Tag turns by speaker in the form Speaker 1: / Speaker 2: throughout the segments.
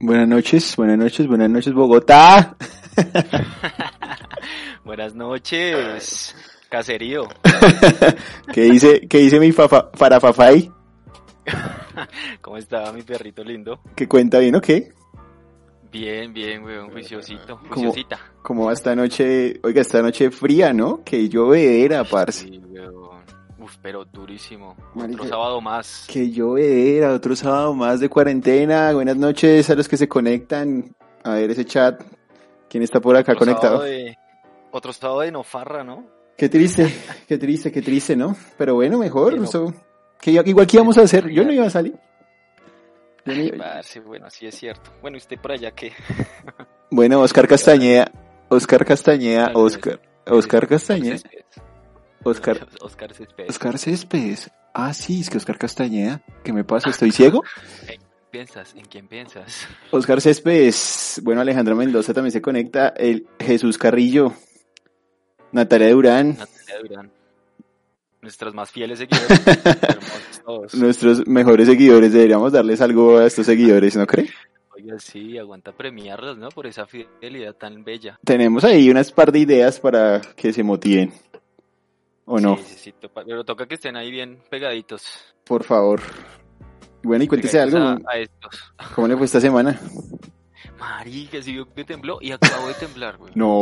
Speaker 1: Buenas noches, buenas noches, buenas noches Bogotá.
Speaker 2: Buenas noches, caserío.
Speaker 1: ¿Qué dice, qué dice mi fafa, farafafay?
Speaker 2: ¿Cómo está mi perrito lindo?
Speaker 1: ¿Qué cuenta bien o qué?
Speaker 2: Bien, bien, weón, juiciosito,
Speaker 1: ¿Cómo,
Speaker 2: juiciosita.
Speaker 1: cómo va esta noche? Oiga, esta noche fría, ¿no? Que llovedera, parce.
Speaker 2: Sí, weón. Uf, pero durísimo.
Speaker 1: Marica.
Speaker 2: Otro sábado más.
Speaker 1: Que llovedera, otro sábado más de cuarentena. Buenas noches a los que se conectan. A ver ese chat. ¿Quién está por acá
Speaker 2: Otro
Speaker 1: conectado?
Speaker 2: sábado de- Otro sábado de nofarra, ¿no?
Speaker 1: Qué triste, qué triste, qué triste, ¿no? Pero bueno, mejor.
Speaker 2: Sí, no.
Speaker 1: eso- que ya- igual que íbamos a hacer, yo no iba a salir. Yo no
Speaker 2: Ay,
Speaker 1: iba-
Speaker 2: parce, bueno, sí es cierto. Bueno, ¿y usted por allá qué?
Speaker 1: Bueno, Oscar Castañeda, Oscar Castañeda, Oscar, Oscar Castañeda,
Speaker 2: Céspedes.
Speaker 1: Oscar,
Speaker 2: Oscar Céspedes.
Speaker 1: Oscar Céspedes. Ah, sí, es que Oscar Castañeda, ¿qué me pasa? ¿Estoy ciego?
Speaker 2: ¿Piensas? ¿En quién piensas?
Speaker 1: Oscar Céspedes, bueno, Alejandro Mendoza también se conecta, el Jesús Carrillo, Natalia Durán,
Speaker 2: Natalia Durán. Nuestros más fieles seguidores. Hermosos todos.
Speaker 1: nuestros mejores seguidores, deberíamos darles algo a estos seguidores, ¿no cree?
Speaker 2: Oiga, sí, aguanta premiarlos, ¿no? Por esa fidelidad tan bella.
Speaker 1: Tenemos ahí unas par de ideas para que se motiven, ¿o no?
Speaker 2: Sí, sí, sí, topa- pero toca que estén ahí bien pegaditos.
Speaker 1: Por favor. Bueno, y cuéntese algo,
Speaker 2: pegaditos A, a estos.
Speaker 1: ¿cómo le fue esta semana?
Speaker 2: Marica, si vio que tembló y acabó de temblar, güey. Tembló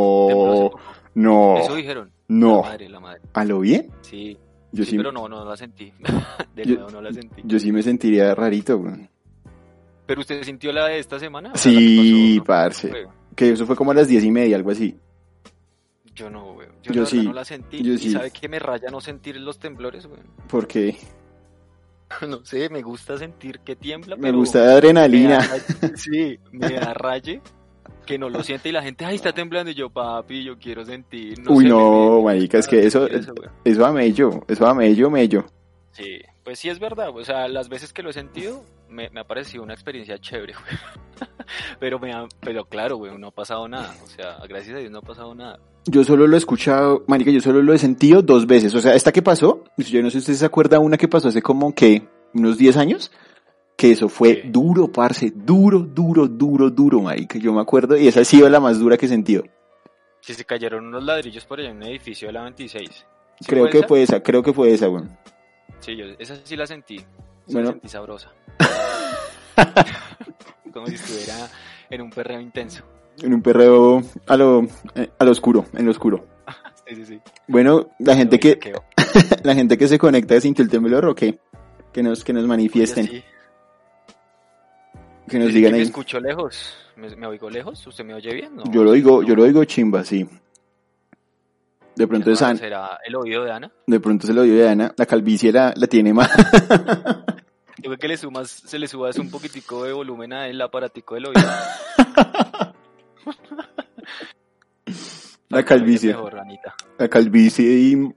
Speaker 1: No,
Speaker 2: hace poco.
Speaker 1: no,
Speaker 2: Eso dijeron.
Speaker 1: no.
Speaker 2: La madre, la madre.
Speaker 1: ¿A lo bien?
Speaker 2: Sí,
Speaker 1: Yo
Speaker 2: sí,
Speaker 1: sí,
Speaker 2: pero no, no la sentí. De
Speaker 1: Yo-
Speaker 2: nuevo no la sentí.
Speaker 1: yo sí me sentiría rarito, weón.
Speaker 2: ¿Pero usted sintió la de esta semana? O sea, la que
Speaker 1: Sí,
Speaker 2: pasó, ¿no?
Speaker 1: parce.
Speaker 2: Fue-
Speaker 1: Que eso fue como a las diez y media, algo así.
Speaker 2: Yo no, weón.
Speaker 1: Yo
Speaker 2: Yo, la verdad
Speaker 1: sí.
Speaker 2: no la sentí.
Speaker 1: Yo
Speaker 2: y
Speaker 1: sí.
Speaker 2: sabe que me raya no sentir los temblores, weón.
Speaker 1: Porque
Speaker 2: No sé, me gusta sentir que tiembla,
Speaker 1: me
Speaker 2: pero
Speaker 1: gusta la
Speaker 2: da
Speaker 1: adrenalina.
Speaker 2: raye- sí, me da raye que no lo siente y la gente, ay, está temblando. Y yo, papi, yo quiero sentir.
Speaker 1: Uy,
Speaker 2: sé,
Speaker 1: no,
Speaker 2: me- me-
Speaker 1: marica, es que
Speaker 2: me-
Speaker 1: eso-
Speaker 2: weón.
Speaker 1: Eso a mello, eso a mello, mello.
Speaker 2: Sí, pues sí es verdad, o sea, las veces que lo he sentido me, me ha parecido una experiencia chévere, güey. Pero, me ha- pero claro, güey, no ha pasado nada, o sea, gracias a Dios no ha pasado nada.
Speaker 1: Yo solo lo he escuchado, marica, yo solo lo he sentido dos veces. O sea, esta que pasó, yo no sé si usted se acuerda una que pasó hace como que unos 10 años, que eso fue
Speaker 2: Sí.
Speaker 1: duro, parce, duro, duro, duro, duro, marica. Yo me acuerdo y esa ha sido la más dura que he sentido.
Speaker 2: Si se cayeron unos ladrillos por allá en un edificio de la 26. ¿Sí
Speaker 1: creo que
Speaker 2: esa?
Speaker 1: fue esa, creo que fue esa, weón.
Speaker 2: Sí, yo esa sí la sentí, sí
Speaker 1: Bueno.
Speaker 2: la sentí sabrosa. Como si estuviera en un perreo intenso.
Speaker 1: En un perreo a lo, eh, a lo oscuro, en lo oscuro.
Speaker 2: Sí, sí, sí.
Speaker 1: Bueno, la gente
Speaker 2: Lo
Speaker 1: que,
Speaker 2: saqueo.
Speaker 1: la gente que se conecta sintió el temblor o qué? Que nos, que nos manifiesten,
Speaker 2: Sí,
Speaker 1: que nos
Speaker 2: sí,
Speaker 1: digan
Speaker 2: que me
Speaker 1: ahí.
Speaker 2: escucho lejos, ¿Me, me oigo lejos? ¿Usted me oye bien? No,
Speaker 1: Yo lo digo,
Speaker 2: no.
Speaker 1: yo lo digo chimba, sí. De pronto es
Speaker 2: Ah,
Speaker 1: Ana,
Speaker 2: ¿Será el oído de Ana?
Speaker 1: de pronto se lo dio a Ana, la calvicie la, la tiene más.
Speaker 2: Yo creo que le sumas, se le subas un poquitico de volumen al aparatico del oído.
Speaker 1: La calvicie.
Speaker 2: Mejor, Anita.
Speaker 1: La calvicie y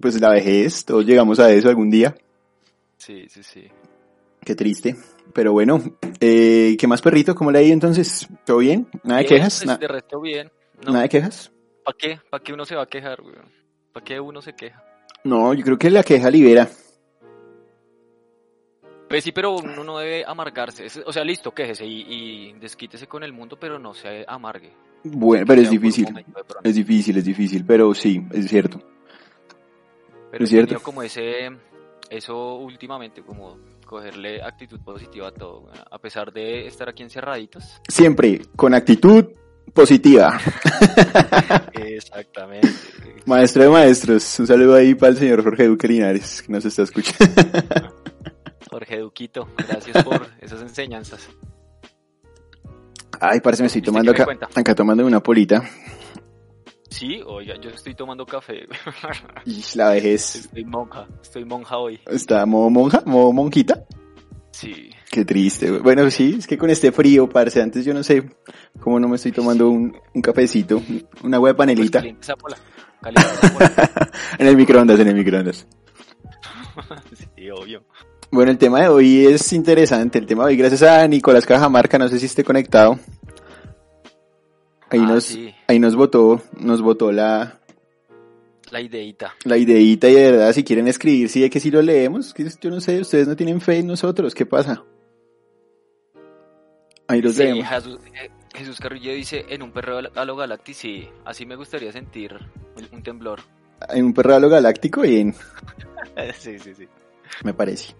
Speaker 1: pues la vejez, todos llegamos a eso algún día.
Speaker 2: Sí, sí, sí.
Speaker 1: Qué triste. Pero bueno, eh, ¿qué más perrito? ¿Cómo le ha ido entonces? ¿Todo bien? ¿Nada de
Speaker 2: Eh,
Speaker 1: quejas?
Speaker 2: pues,
Speaker 1: Na-
Speaker 2: de resto bien. No,
Speaker 1: ¿Nada de quejas?
Speaker 2: ¿Para qué? ¿Para qué uno se va a quejar, güey? ¿Para qué uno se queja?
Speaker 1: No, yo creo que la queja libera.
Speaker 2: Pues sí, pero uno no debe amargarse. Es- O sea, listo, quéjese y, y desquítese con el mundo, pero no se amargue.
Speaker 1: Bueno, pero es
Speaker 2: Sea por un
Speaker 1: difícil.
Speaker 2: momento de pronto.
Speaker 1: Es difícil, es difícil, pero sí, es cierto.
Speaker 2: Pero
Speaker 1: es
Speaker 2: es
Speaker 1: cierto.
Speaker 2: cierto. como ese, eso últimamente, como cogerle actitud positiva a todo. güey. A pesar de estar aquí encerraditos,
Speaker 1: Siempre con actitud positiva.
Speaker 2: Exactamente.
Speaker 1: Maestro de maestros, un saludo ahí para el señor Jorge Duque Linares, que nos está escuchando.
Speaker 2: Jorge Duquito, gracias por esas enseñanzas.
Speaker 1: Ay, parece me estoy
Speaker 2: ¿Viste
Speaker 1: tomando
Speaker 2: que me
Speaker 1: acá, acá tomando una polita.
Speaker 2: Sí, oiga, yo estoy tomando café.
Speaker 1: Y la vejez.
Speaker 2: Estoy monja, estoy monja hoy.
Speaker 1: Está modo monja, modo monquita.
Speaker 2: Sí,
Speaker 1: Qué triste. güey. Bueno, sí, es que con este frío, parce, antes yo no sé cómo no me estoy tomando un, un cafecito, una agua de
Speaker 2: pues
Speaker 1: panelita.
Speaker 2: caliente esa pola. Caliente esa pola.
Speaker 1: En el microondas, en el microondas.
Speaker 2: Sí, obvio.
Speaker 1: Bueno, el tema de hoy es interesante. El tema de hoy, gracias a Nicolás Cajamarca, no sé si esté conectado. Ahí
Speaker 2: Ah,
Speaker 1: nos,
Speaker 2: sí,
Speaker 1: ahí nos votó, nos votó la,
Speaker 2: la ideita.
Speaker 1: la ideita y de verdad, si quieren escribir, sí, de que si lo leemos, que yo no sé, ustedes no tienen fe en nosotros, ¿qué pasa? Ahí los
Speaker 2: Sí,
Speaker 1: leemos.
Speaker 2: Jesús, eh, Jesús Carrillo dice, en un perro a lo Galacti, sí, así me gustaría sentir un- un temblor.
Speaker 1: En un perralo galáctico y en,
Speaker 2: Sí, sí, sí.
Speaker 1: me parece.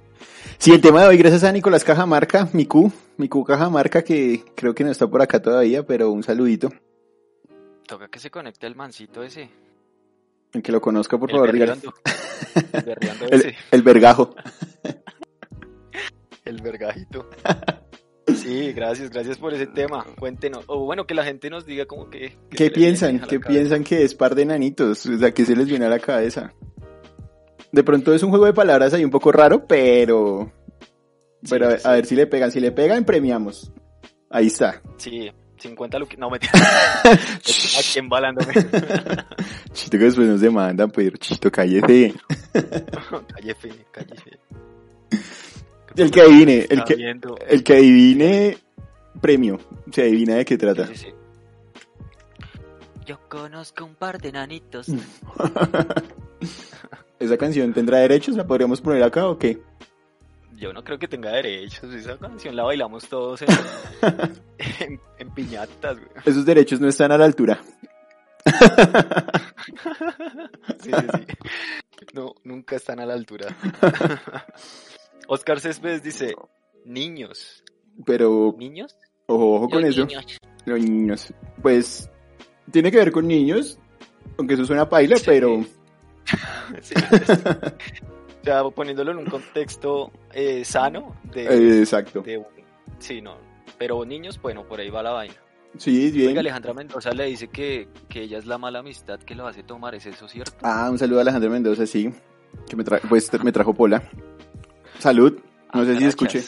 Speaker 1: Sí, el tema de hoy, gracias a Nicolás Cajamarca, Miku, Miku Cajamarca, que creo que no está por acá todavía, pero un saludito.
Speaker 2: Toca que se conecte el mancito ese.
Speaker 1: El que lo conozca, por
Speaker 2: el
Speaker 1: favor, dígale.
Speaker 2: berreando. El berreando
Speaker 1: El,
Speaker 2: ese.
Speaker 1: el vergajo.
Speaker 2: El vergajito. Sí, gracias, gracias por ese tema. Cuéntenos. O bueno, que la gente nos diga como que... que se
Speaker 1: ¿Qué
Speaker 2: les
Speaker 1: piensan?
Speaker 2: viene a la
Speaker 1: ¿Qué
Speaker 2: cabeza.
Speaker 1: piensan que es par de nanitos? O sea, ¿qué se les viene a la cabeza? De pronto es un juego de palabras ahí un poco raro, pero...
Speaker 2: Sí,
Speaker 1: Pero a,
Speaker 2: sí,
Speaker 1: a
Speaker 2: sí.
Speaker 1: ver si le pegan. Si le pegan, premiamos. Ahí está.
Speaker 2: Sí, 50 lo que... No, me ¿A
Speaker 1: Chito
Speaker 2: quién balándome?
Speaker 1: que después nos demandan, pero chito, cállese.
Speaker 2: calle Fini, calle Fini.
Speaker 1: El que adivine, el
Speaker 2: Está
Speaker 1: que, Eh,
Speaker 2: viendo.
Speaker 1: el que adivine, premio. Se adivina de qué trata.
Speaker 2: Sí, sí, sí. Yo conozco un par de nanitos.
Speaker 1: Mm. ¿Esa canción tendrá derechos? ¿La podríamos poner acá o qué?
Speaker 2: Yo no creo que tenga derechos. Esa canción la bailamos todos en, en, en piñatas, güey.
Speaker 1: Esos derechos no están a la altura.
Speaker 2: Sí, sí, sí. No, nunca están a la altura. Oscar Céspedes dice, niños,
Speaker 1: Pero
Speaker 2: niños.
Speaker 1: ojo, ojo con
Speaker 2: Los
Speaker 1: eso.
Speaker 2: niños.
Speaker 1: Los niños. Pues tiene que ver con niños, aunque eso suena paila,
Speaker 2: Sí.
Speaker 1: pero
Speaker 2: Sí, es- o sea, poniéndolo en un contexto eh, sano de,
Speaker 1: eh, exacto.
Speaker 2: de un- Sí, no. Pero niños, bueno, por ahí va la vaina.
Speaker 1: Sí, bien.
Speaker 2: Oiga, Alejandra Mendoza le dice que, que ella es la mala amistad que lo hace tomar, ¿es eso cierto?
Speaker 1: Ah, un saludo a Alejandro Mendoza, sí. Que me, tra- pues, me trajo pola. Salud. No sé si
Speaker 2: Carachas.
Speaker 1: escuché.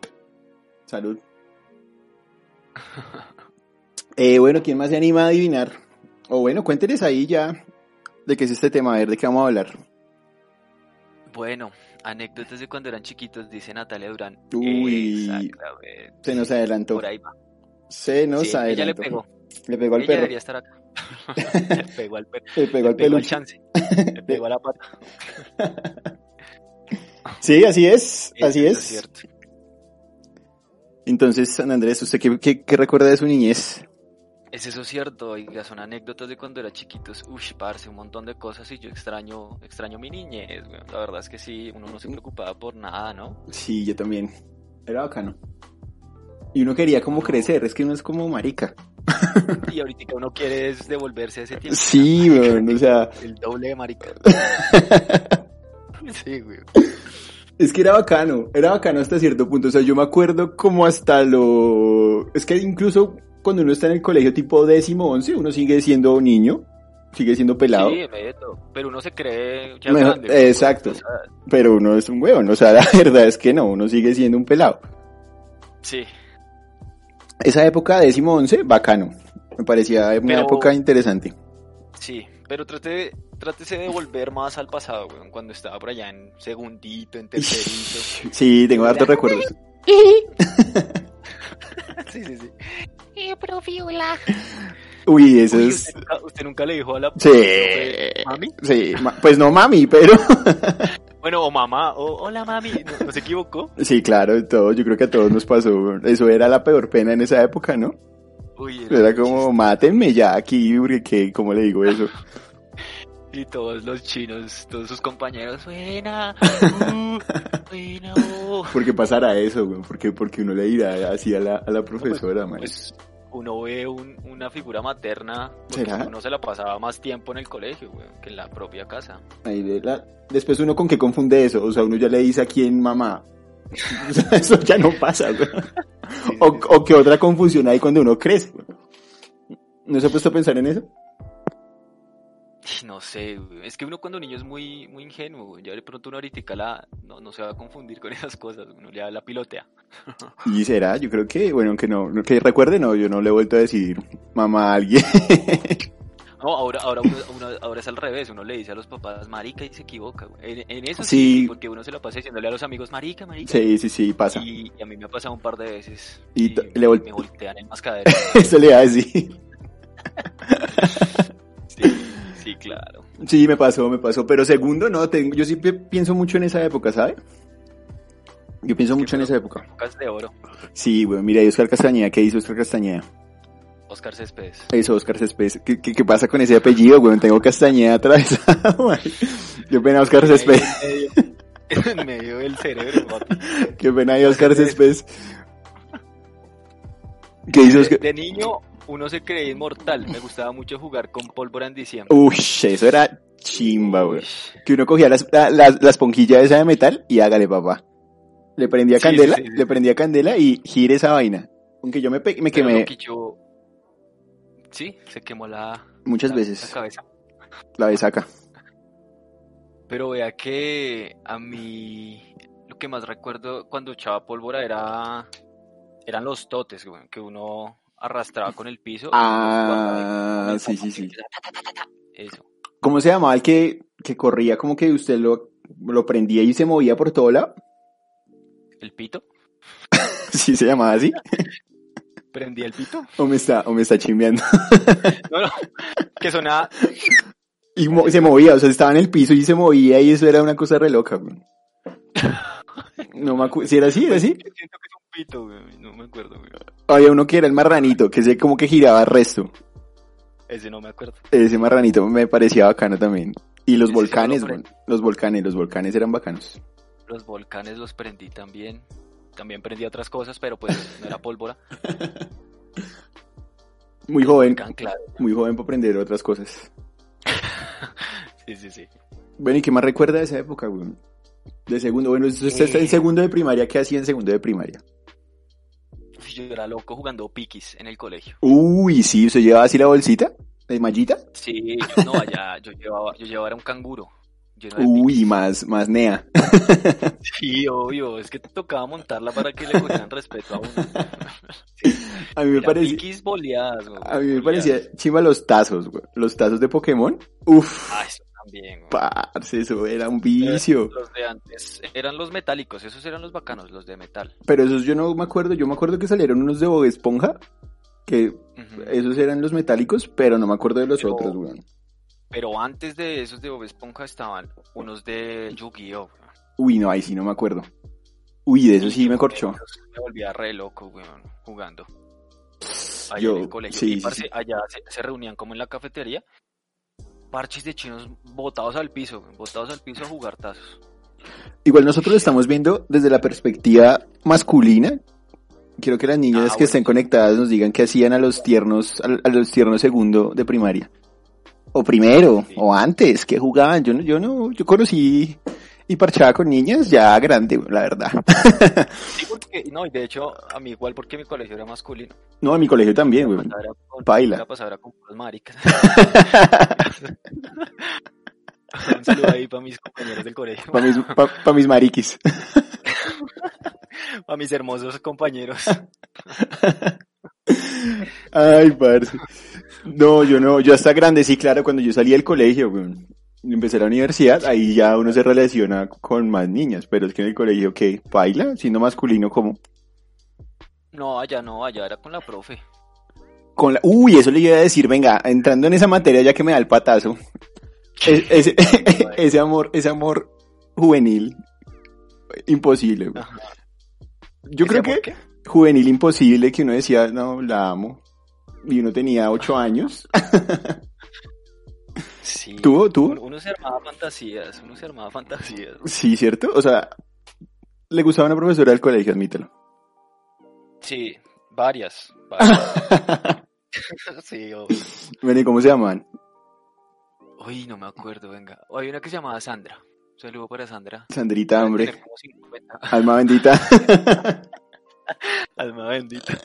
Speaker 1: Salud. Eh, bueno, ¿quién más se anima a adivinar? O bueno, cuénteles ahí ya de qué es este tema, a ver de qué vamos a hablar.
Speaker 2: Bueno, anécdotas de cuando eran chiquitos, dice Natalia Durán.
Speaker 1: Uy.
Speaker 2: Exactamente.
Speaker 1: Se nos adelantó.
Speaker 2: Por ahí va.
Speaker 1: Se nos
Speaker 2: Sí,
Speaker 1: adelantó.
Speaker 2: ella le pegó.
Speaker 1: Le pegó al
Speaker 2: ella
Speaker 1: perro.
Speaker 2: debería estar acá. le pegó al perro.
Speaker 1: Le pegó al
Speaker 2: Le pegó al
Speaker 1: peluche.
Speaker 2: chance. Le pegó a la pata.
Speaker 1: Sí, así es. Así
Speaker 2: Eso
Speaker 1: es.
Speaker 2: cierto.
Speaker 1: Entonces, San Andrés, ¿usted qué, qué- qué recuerda de su niñez?
Speaker 2: Es eso cierto, oiga, son anécdotas de cuando era chiquitos. Uy, parce, un montón de cosas y yo extraño, extraño mi niñez, weón. La verdad es que sí, uno no se preocupaba por nada, ¿no?
Speaker 1: Sí, yo también. Era bacano. Y uno quería como crecer, es que uno es como marica.
Speaker 2: Y ahorita uno quiere es devolverse a ese tiempo.
Speaker 1: Sí, weón, o sea,
Speaker 2: El doble de marica. sí, güey.
Speaker 1: es que era bacano, era bacano hasta cierto punto. O sea, yo me acuerdo como hasta lo... Es que incluso cuando uno está en el colegio tipo décimo, once, uno sigue siendo niño, sigue siendo pelado,
Speaker 2: Sí, meto. Pero uno se cree ya
Speaker 1: Mejor-
Speaker 2: grande, güey.
Speaker 1: exacto.
Speaker 2: O sea,
Speaker 1: pero uno es un huevón. O sea, la verdad es que no, uno sigue siendo un pelado.
Speaker 2: sí.
Speaker 1: Esa época décimo, once, bacano. Me parecía una
Speaker 2: Pero-
Speaker 1: época interesante.
Speaker 2: Sí, pero trate de, trátese de volver más al pasado, güey, cuando estaba por allá en segundito, en tercerito.
Speaker 1: Sí, tengo hartos recuerdos.
Speaker 2: sí, sí, sí.
Speaker 3: Eh, profe, hola.
Speaker 1: Uy, eso
Speaker 2: Uy,
Speaker 1: es...
Speaker 2: usted, nunca, usted nunca le dijo a la
Speaker 1: Sí.
Speaker 2: profe, mami.
Speaker 1: Sí, ma- pues no mami, pero...
Speaker 2: Bueno, o mamá, o hola mami, ¿no, no se equivocó?
Speaker 1: Sí, claro, todo, yo creo que a todos nos pasó. Eso era la peor pena en esa época, ¿no?
Speaker 2: Uy,
Speaker 1: Era como, mátenme ya aquí, porque ¿qué? ¿cómo le digo eso?
Speaker 2: Y todos los chinos, todos sus compañeros, buena, uh, buena, oh".
Speaker 1: ¿Por qué pasará eso, güey? ¿Por qué, por qué uno le dirá así a la, a la profesora, man?
Speaker 2: Pues uno ve un- una figura materna, porque
Speaker 1: ¿Será?
Speaker 2: uno se la pasaba más tiempo en el colegio, güey, que en la propia casa.
Speaker 1: Ahí de la- Después uno con qué confunde eso, o sea, uno ya le dice a quién mamá. O sea, eso ya no pasa, güey. O, o qué otra confusión hay cuando uno crece, güey. ¿No se ha puesto a pensar en eso?
Speaker 2: Y No sé, güey, es que uno cuando niño es muy, muy ingenuo, güey, ya de pronto uno ahorita la, no, no se va a confundir con esas cosas, uno ya la pilotea.
Speaker 1: Y será, yo creo que, bueno, que no, no- que recuerde, no, yo no le he vuelto a decir mamá a alguien.
Speaker 2: No, ahora, ahora, uno, uno- ahora es al revés, uno le dice a los papás marica y se equivoca, güey. En, en eso sí,
Speaker 1: Sí.
Speaker 2: porque uno se la pasa diciéndole a los amigos marica, marica.
Speaker 1: Sí, sí, sí, pasa.
Speaker 2: Y, y a mí me ha pasado un par de veces.
Speaker 1: Y t- le vol-
Speaker 2: me voltean el mascadero.
Speaker 1: Eso le iba a decir.
Speaker 2: sí, sí, claro.
Speaker 1: Sí, me pasó, me pasó. Pero segundo, no, tengo, yo siempre pienso mucho en esa época, ¿sabe? Yo pienso mucho en esa época.
Speaker 2: Épocas de oro.
Speaker 1: Sí, güey, mira, y Oscar Castañeda, ¿qué hizo Oscar Castañeda?
Speaker 2: Oscar Céspedes.
Speaker 1: Eso, Oscar Céspedes. ¿Qué, qué, qué pasa con ese apellido, güey? Tengo Castañeda atravesado, man. Qué pena Oscar Céspedes.
Speaker 2: Ahí En medio, en medio del cerebro, papi.
Speaker 1: Qué pena ahí Oscar Céspedes. ¿Qué hizo
Speaker 2: De,
Speaker 1: Oscar?
Speaker 2: de niño, uno se creía inmortal. Me gustaba mucho jugar con pólvora en diciembre.
Speaker 1: Uy, eso era chimba, güey.
Speaker 2: Uy, sí,
Speaker 1: que uno cogía las- la, la- la esponjilla esa de metal y hágale, papá. Le prendía
Speaker 2: Sí,
Speaker 1: candela,
Speaker 2: sí, sí, sí.
Speaker 1: le prendía candela y gire esa vaina. Aunque yo me, pe- me
Speaker 2: pero
Speaker 1: quemé
Speaker 2: lo que yo... Sí, se quemó la,
Speaker 1: muchas
Speaker 2: la- la
Speaker 1: veces
Speaker 2: cabeza.
Speaker 1: la besaca.
Speaker 2: Pero vea que a mí lo que más recuerdo cuando echaba pólvora era eran los totes, güey, que uno arrastraba con el piso. y uno jugaba ahí
Speaker 1: Ah,
Speaker 2: con el
Speaker 1: sí, sí,
Speaker 2: papá,
Speaker 1: sí.
Speaker 2: ta, ta, ta, ta, ta. Eso.
Speaker 1: ¿Cómo se llamaba el que, que corría como que usted lo, lo prendía y se movía por todo lado?
Speaker 2: ¿El pito?
Speaker 1: ¿Sí se llamaba así?
Speaker 2: ¿Prendí el pito?
Speaker 1: ¿O me está, o me está chimbeando?
Speaker 2: No, no. Que sonaba.
Speaker 1: Y mo- se movía, o sea, estaba en el piso y se movía y eso era una cosa re loca, güey. No me acuerdo, si era así, era así.
Speaker 2: pues, Siento que es un pito, güey. No me acuerdo, güey.
Speaker 1: Había uno que era el marranito, que se como que giraba resto.
Speaker 2: Ese no me acuerdo.
Speaker 1: Ese marranito me parecía bacano también. Y los
Speaker 2: Ese sí me lo
Speaker 1: volcanes,
Speaker 2: prendí.
Speaker 1: güey. los volcanes, los volcanes eran bacanos.
Speaker 2: Los volcanes los prendí también. También prendí otras cosas, pero pues no era pólvora.
Speaker 1: Muy joven,
Speaker 2: Volcán, claro.
Speaker 1: muy joven para aprender otras cosas.
Speaker 2: Sí, sí, sí.
Speaker 1: Bueno, ¿y qué más recuerda de esa época, güey? De segundo, bueno, usted está
Speaker 2: Eh.
Speaker 1: en segundo de primaria, ¿qué hacía en segundo de primaria?
Speaker 2: Yo era loco jugando piquis en el colegio.
Speaker 1: Uy, sí, ¿usted llevaba así la bolsita? ¿De mallita?
Speaker 2: Sí, yo no, allá yo llevaba, yo llevaba era un canguro. lleno de
Speaker 1: Uy, más, más nea.
Speaker 2: piquis. Sí, obvio, es que te tocaba montarla para que le cogieran respeto a uno.
Speaker 1: A mí me
Speaker 2: Era
Speaker 1: parecía,
Speaker 2: Piquis boleadas, güey,
Speaker 1: a mí me
Speaker 2: boleadas.
Speaker 1: parecía chimba los tazos, güey. Los tazos de Pokémon. Uf,
Speaker 2: Ah, eso también, güey.
Speaker 1: parce, eso era un vicio.
Speaker 2: Los de antes eran los metálicos, esos eran los bacanos, los de metal.
Speaker 1: Pero esos yo no me acuerdo, yo me acuerdo que salieron unos de Bob Esponja, que
Speaker 2: Ujú.
Speaker 1: esos eran los metálicos, pero no me acuerdo de los
Speaker 2: Pero-
Speaker 1: otros, güey.
Speaker 2: Pero antes de esos de Bob Esponja estaban unos de Yu-Gi-Oh! güey.
Speaker 1: Uy, no, ahí sí no me acuerdo. Uy, de eso
Speaker 2: Y
Speaker 1: sí
Speaker 2: yo
Speaker 1: me corchó.
Speaker 2: Me volvía re loco, weón, jugando. Allá
Speaker 1: Yo-
Speaker 2: en el colegio.
Speaker 1: sí,
Speaker 2: Y,
Speaker 1: sí,
Speaker 2: parce,
Speaker 1: sí.
Speaker 2: allá se, se reunían como en la cafetería. Parches de chinos botados al piso, weón, botados al piso a jugar tazos.
Speaker 1: Igual nosotros lo estamos viendo desde la perspectiva masculina. Quiero que las niñas
Speaker 2: Ah,
Speaker 1: que
Speaker 2: bueno.
Speaker 1: estén conectadas nos digan qué hacían a los tiernos, al- a, los tiernos segundo de primaria. O primero,
Speaker 2: Sí.
Speaker 1: o antes, que jugaban. Yo no, yo no, yo conocí y parchaba con niñas ya grande, la verdad.
Speaker 2: Sí, porque, no, y de hecho, a mí igual porque mi colegio era masculino.
Speaker 1: No, en mi colegio también, güey.
Speaker 2: pasaba era con-
Speaker 1: Paila.
Speaker 2: la pasaba era con puras maricas. Un saludo ahí para mis compañeros del colegio,
Speaker 1: Para mis, pa- pa' mis mariquis.
Speaker 2: para mis hermosos compañeros.
Speaker 1: Ay, parce. No, yo no, yo hasta grande, sí, claro, cuando yo salí del colegio, güey, y empecé la universidad, ahí ya uno se relaciona con más niñas, pero es que en el colegio, ¿qué? ¿Baila? Siendo masculino, como
Speaker 2: No, allá no, allá era con la profe.
Speaker 1: Con la- Uy, eso le iba a decir, venga, entrando en esa materia ya que me da el patazo, e- ese, ese amor, ese amor juvenil, imposible, güey.
Speaker 2: Ajá.
Speaker 1: Yo creo que
Speaker 2: ¿Por qué?
Speaker 1: juvenil imposible, que uno decía, no, la amo, y uno tenía ocho años,
Speaker 2: Sí.
Speaker 1: ¿Tuvo? ¿Tuvo?
Speaker 2: Uno, uno se armaba fantasías, uno se armaba fantasías.
Speaker 1: Sí, ¿cierto? O sea, le gustaba una profesora del colegio, admítelo.
Speaker 2: Sí, varias. varias. sí, obvio.
Speaker 1: Bueno, ¿y cómo se llaman?
Speaker 2: Uy, no me acuerdo, venga. O Hay una que se llamaba Sandra. Un saludo para Sandra.
Speaker 1: Sandrita,
Speaker 2: Debe
Speaker 1: hombre,
Speaker 2: tener como 50.
Speaker 1: alma bendita.
Speaker 2: Alma bendita.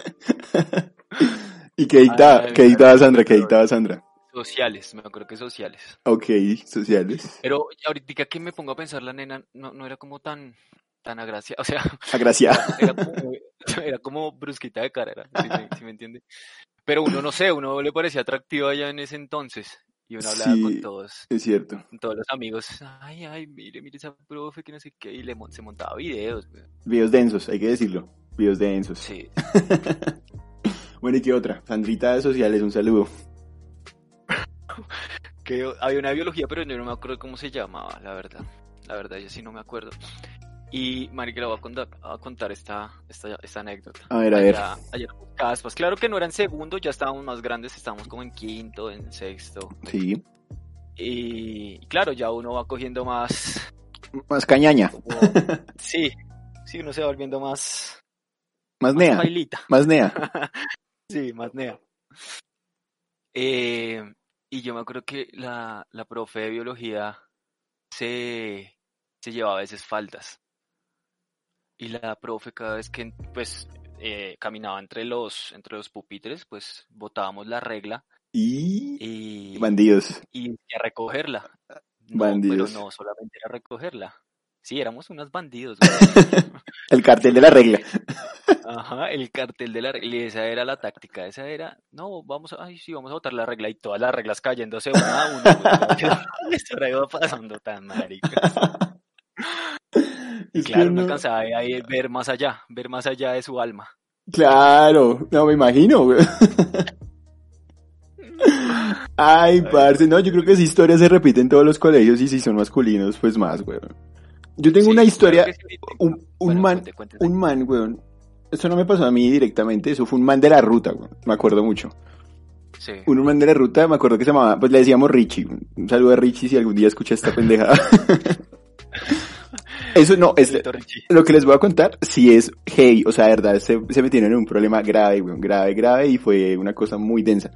Speaker 1: ¿Y qué dictaba?
Speaker 2: Ay,
Speaker 1: ¿Qué
Speaker 2: ay,
Speaker 1: dictaba
Speaker 2: ay,
Speaker 1: Sandra? ¿Qué
Speaker 2: ay.
Speaker 1: dictaba Sandra?
Speaker 2: Sociales, me acuerdo que sociales.
Speaker 1: Ok, sociales.
Speaker 2: Pero ahorita que me pongo a pensar, la nena no, no era como tan, tan agraciada. O sea,
Speaker 1: Agraciada.
Speaker 2: era como, era como brusquita de cara, era, si, me, si me entiende. Pero uno no sé, uno le parecía atractivo allá en ese entonces. Y uno hablaba
Speaker 1: Sí.
Speaker 2: con todos,
Speaker 1: Es cierto.
Speaker 2: con todos los amigos. Ay, ay, mire, mire esa profe que no sé qué. Y le mon- se montaba videos. güey.
Speaker 1: Videos densos, hay que decirlo. Videos densos.
Speaker 2: Sí.
Speaker 1: Bueno, ¿y qué otra? Sandrita de sociales, un saludo.
Speaker 2: Que había una biología, pero yo no me acuerdo cómo se llamaba, la verdad. La verdad, yo sí no me acuerdo. Y Marica le voy a contar, a contar esta, esta, esta anécdota.
Speaker 1: A ver, a ver.
Speaker 2: Allá, allá éramos caspas. Claro que no eran segundo, ya estábamos más grandes, estábamos como en quinto, en sexto.
Speaker 1: Sí.
Speaker 2: Y claro, ya uno va cogiendo más.
Speaker 1: Más cañaña,
Speaker 2: como- sí, sí, uno se va volviendo más.
Speaker 1: más
Speaker 2: más
Speaker 1: nea,
Speaker 2: bailita.
Speaker 1: más nea.
Speaker 2: Sí, más nea. Eh, y yo me acuerdo que la, la profe de biología se, se llevaba a veces faltas. Y la profe cada vez que pues eh, caminaba entre los, entre los pupitres, pues botábamos la regla
Speaker 1: Y
Speaker 2: y,
Speaker 1: bandidos.
Speaker 2: y a recogerla. No,
Speaker 1: Bandidos.
Speaker 2: pero no, solamente era recogerla. Sí, éramos unos bandidos. güey.
Speaker 1: El cartel de la regla.
Speaker 2: Ajá, el cartel de la regla, y esa era la táctica, esa era, no, vamos a, ay, sí, vamos a votar la regla, y todas las reglas cayéndose una a una, güey, esto ahora este iba pasando tan marica. Y
Speaker 1: Es que
Speaker 2: claro, no
Speaker 1: uno-
Speaker 2: alcanzaba a ir- ver más allá, ver más allá de su alma.
Speaker 1: Claro, no me imagino, güey. Ay, parce, no, yo creo que esa historia se repite en todos los colegios y si son masculinos, pues más, güey. Yo tengo
Speaker 2: Sí,
Speaker 1: una
Speaker 2: claro
Speaker 1: historia,
Speaker 2: que sí.
Speaker 1: un, un
Speaker 2: Bueno,
Speaker 1: man,
Speaker 2: cuente, cuente.
Speaker 1: un man, güey. Esto no me pasó a mí directamente, eso fue un man de la ruta, güey. Me acuerdo mucho.
Speaker 2: Sí.
Speaker 1: Un man de la ruta, me acuerdo que se llamaba, pues le decíamos Richie. Un saludo a Richie si algún día escucha esta pendejada. Eso no, es,
Speaker 2: Listo, Richie.
Speaker 1: lo que les voy a contar, si es hey, o sea, de verdad, se, se metieron en un problema grave, weón, grave, grave, y fue una cosa muy densa.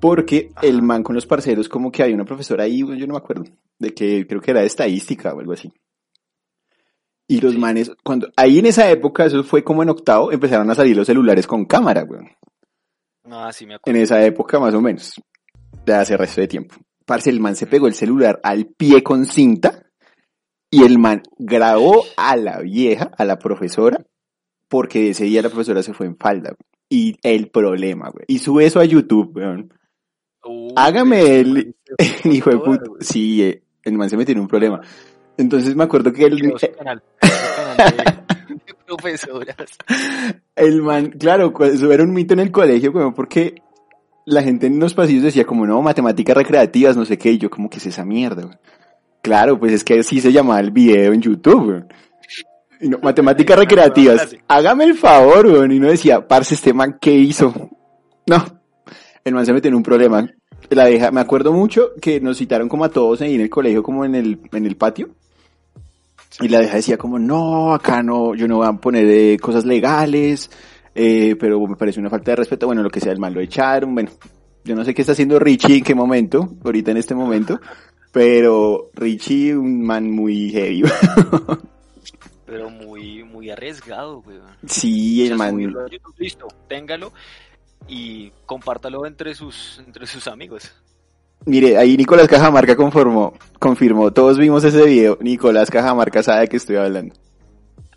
Speaker 1: Porque
Speaker 2: Ajá.
Speaker 1: el man con los parceros, como que había una profesora ahí, weón, yo no me acuerdo, de que creo que era de estadística o algo así. Y los manes, cuando ahí en esa época, eso fue como en octavo, empezaron a salir los celulares con cámara, weón.
Speaker 2: Ah, sí, me
Speaker 1: En
Speaker 2: acuerdo.
Speaker 1: esa época, más o menos. De hace resto de tiempo. Parce, el man se pegó el celular al pie con cinta. Y el man grabó a la vieja, a la profesora. Porque ese día la profesora se fue en falda. güey. Y el problema, güey. Y sube eso a YouTube, weón.
Speaker 2: Uh,
Speaker 1: Hágame
Speaker 2: ese
Speaker 1: el-
Speaker 2: man se fue
Speaker 1: Hijo de
Speaker 2: toda,
Speaker 1: puta.
Speaker 2: güey.
Speaker 1: Sí, eh, el man se metió en un problema. Entonces me acuerdo que el,
Speaker 2: Creó su canal, creó su canal de- de profesoras.
Speaker 1: El man, claro, cu- eso era un mito en el colegio, weón, porque la gente en los pasillos decía como, no, matemáticas recreativas, no sé qué, y yo como que es esa mierda, weón? Claro, pues es que así se llamaba el video en YouTube, weón. Y no, matemáticas recreativas, hágame el favor, weón, y no decía, parce, este man, ¿qué hizo? No, el man se metió en un problema. La vieja, me acuerdo mucho que nos citaron como a todos ahí en el colegio, como en el, en el patio. Y la vieja decía como, no, acá no, yo no voy a poner eh, cosas legales, eh, pero me parece una falta de respeto. Bueno, lo que sea, el man lo echaron, bueno, yo no sé qué está haciendo Richie en qué momento, ahorita en este momento, pero Richie, un man muy heavy.
Speaker 2: Pero muy, muy arriesgado, güey.
Speaker 1: sí, el
Speaker 2: O sea,
Speaker 1: man,
Speaker 2: subirlo a YouTube, Listo, téngalo y compártalo entre sus, entre sus amigos.
Speaker 1: mire, ahí Nicolás Cajamarca conformó, confirmó, todos vimos ese video, Nicolás Cajamarca sabe de qué estoy hablando.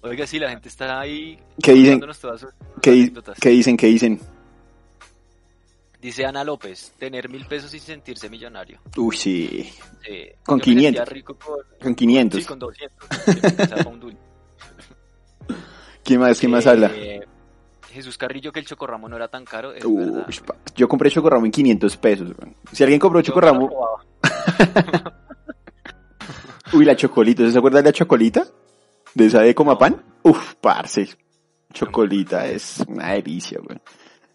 Speaker 2: Oiga, sí, la gente está ahí
Speaker 1: ¿Qué dicen?
Speaker 2: contándonos todas sus- sus
Speaker 1: ¿Qué, di-
Speaker 2: anécdotas.
Speaker 1: qué dicen? ¿Qué dicen?
Speaker 2: Dice Ana López, tener mil pesos y sentirse millonario.
Speaker 1: Uy, sí,
Speaker 2: Eh,
Speaker 1: Con
Speaker 2: yo me sentía
Speaker 1: 500.
Speaker 2: rico con,
Speaker 1: con 500.
Speaker 2: sí, con 200. que me alcanzaba un dulce.
Speaker 1: ¿Quién más, quién más
Speaker 2: Eh,
Speaker 1: habla?
Speaker 2: Jesús Carrillo, que el chocorramo no era tan caro. Es
Speaker 1: Uy,
Speaker 2: verdad.
Speaker 1: pa- yo compré chocorramo en 500 pesos. weón. Si alguien compró
Speaker 2: Yo me lo
Speaker 1: chocorramo,
Speaker 2: robaba.
Speaker 1: uy, la chocolita. ¿Se acuerdan de la chocolita? ¿De esa de Comapán? Uf, parce. Chocolita es una delicia, weón.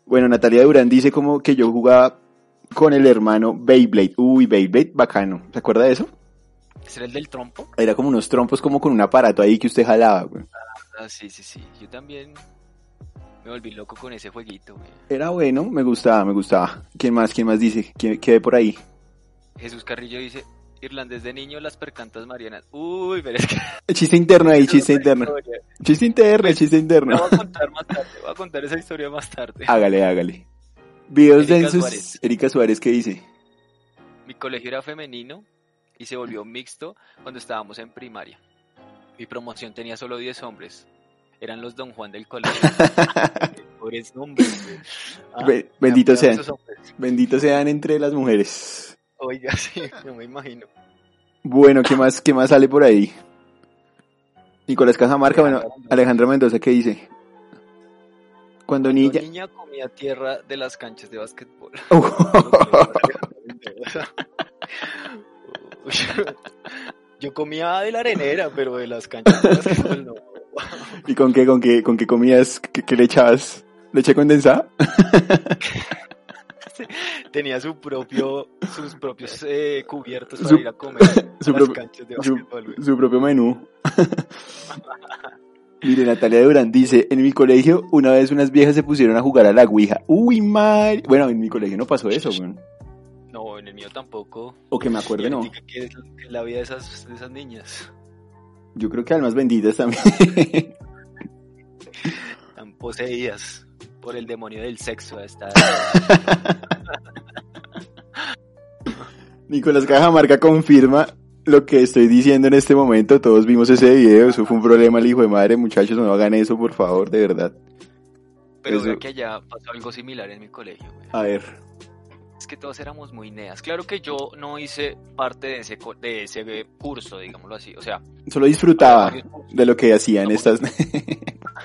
Speaker 1: Bueno, Natalia Durán dice como que yo jugaba con el hermano Beyblade. Uy, Beyblade, bacano. ¿Se acuerda de eso?
Speaker 2: ¿Será el del trompo?
Speaker 1: Era como unos trompos como con un aparato ahí que usted jalaba, weón.
Speaker 2: Ah, sí, sí, sí. Yo también me volví loco con ese jueguito, güey.
Speaker 1: Era bueno, me gustaba, me gustaba. ¿Quién más, quién más dice? ¿Quién, ¿Qué ve por ahí?
Speaker 2: Jesús Carrillo dice, irlandés de niño, las percantas marianas. Uy, pero es que...
Speaker 1: Chiste interno ahí, chiste
Speaker 2: esa
Speaker 1: interno.
Speaker 2: historia.
Speaker 1: Chiste interno, chiste interno.
Speaker 2: La voy a contar más tarde, voy a contar esa historia más tarde.
Speaker 1: Hágale, hágale. Videos
Speaker 2: Erika
Speaker 1: densos.
Speaker 2: Suárez.
Speaker 1: Erika Suárez, ¿qué dice?
Speaker 2: Mi colegio era femenino y se volvió mixto cuando estábamos en primaria. Mi promoción tenía solo 10 hombres. Eran los Don Juan del colegio. Pobres hombres. güey. Ah,
Speaker 1: Be- bendito
Speaker 2: me acuerdo de
Speaker 1: sean.
Speaker 2: esos hombres.
Speaker 1: Benditos sean entre las mujeres.
Speaker 2: Oiga, sí, no me imagino.
Speaker 1: Bueno, ¿qué más, qué más sale por ahí? Nicolás Cajamarca, bueno, Alejandra Mendoza, ¿qué dice? Cuando
Speaker 2: Cuando
Speaker 1: niña...
Speaker 2: niña comía tierra de las canchas de básquetbol. Uy, Yo comía de la arenera, pero de las canchas de básquetbol no.
Speaker 1: ¿Y con qué, con qué, con qué comías? ¿Qué, qué le echabas? ¿Leche condensada?
Speaker 2: Tenía su propio, sus propios eh, cubiertos para
Speaker 1: Su-
Speaker 2: ir a comer a
Speaker 1: su
Speaker 2: las
Speaker 1: propio-
Speaker 2: canchas de
Speaker 1: su-
Speaker 2: básquetbol. güey.
Speaker 1: Su propio menú. Mire, Natalia Durán dice, en mi colegio una vez unas viejas se pusieron a jugar a la Ouija. Uy, mal. Bueno, en mi colegio no pasó eso, weón.
Speaker 2: No, en el mío tampoco.
Speaker 1: O que me
Speaker 2: Y
Speaker 1: acuerde, no.
Speaker 2: ahorita, ¿Qué es lo- qué es la vida de esas, de esas niñas?
Speaker 1: Yo creo que almas benditas también.
Speaker 2: Tan poseídas por el demonio del sexo. Esta...
Speaker 1: Nicolás Cajamarca confirma lo que estoy diciendo en este momento. Todos vimos ese video. Eso fue un problema, el hijo de madre. Muchachos, no hagan eso, por favor, de verdad.
Speaker 2: Pero
Speaker 1: Eso-
Speaker 2: veo que allá pasó algo similar en mi colegio. güey.
Speaker 1: A ver.
Speaker 2: Es que todos éramos muy neas. Claro que yo no hice parte de ese, co- de ese eh, curso, digámoslo así. O sea,
Speaker 1: Solo disfrutaba
Speaker 2: había varios cursos.
Speaker 1: de lo que hacían estas...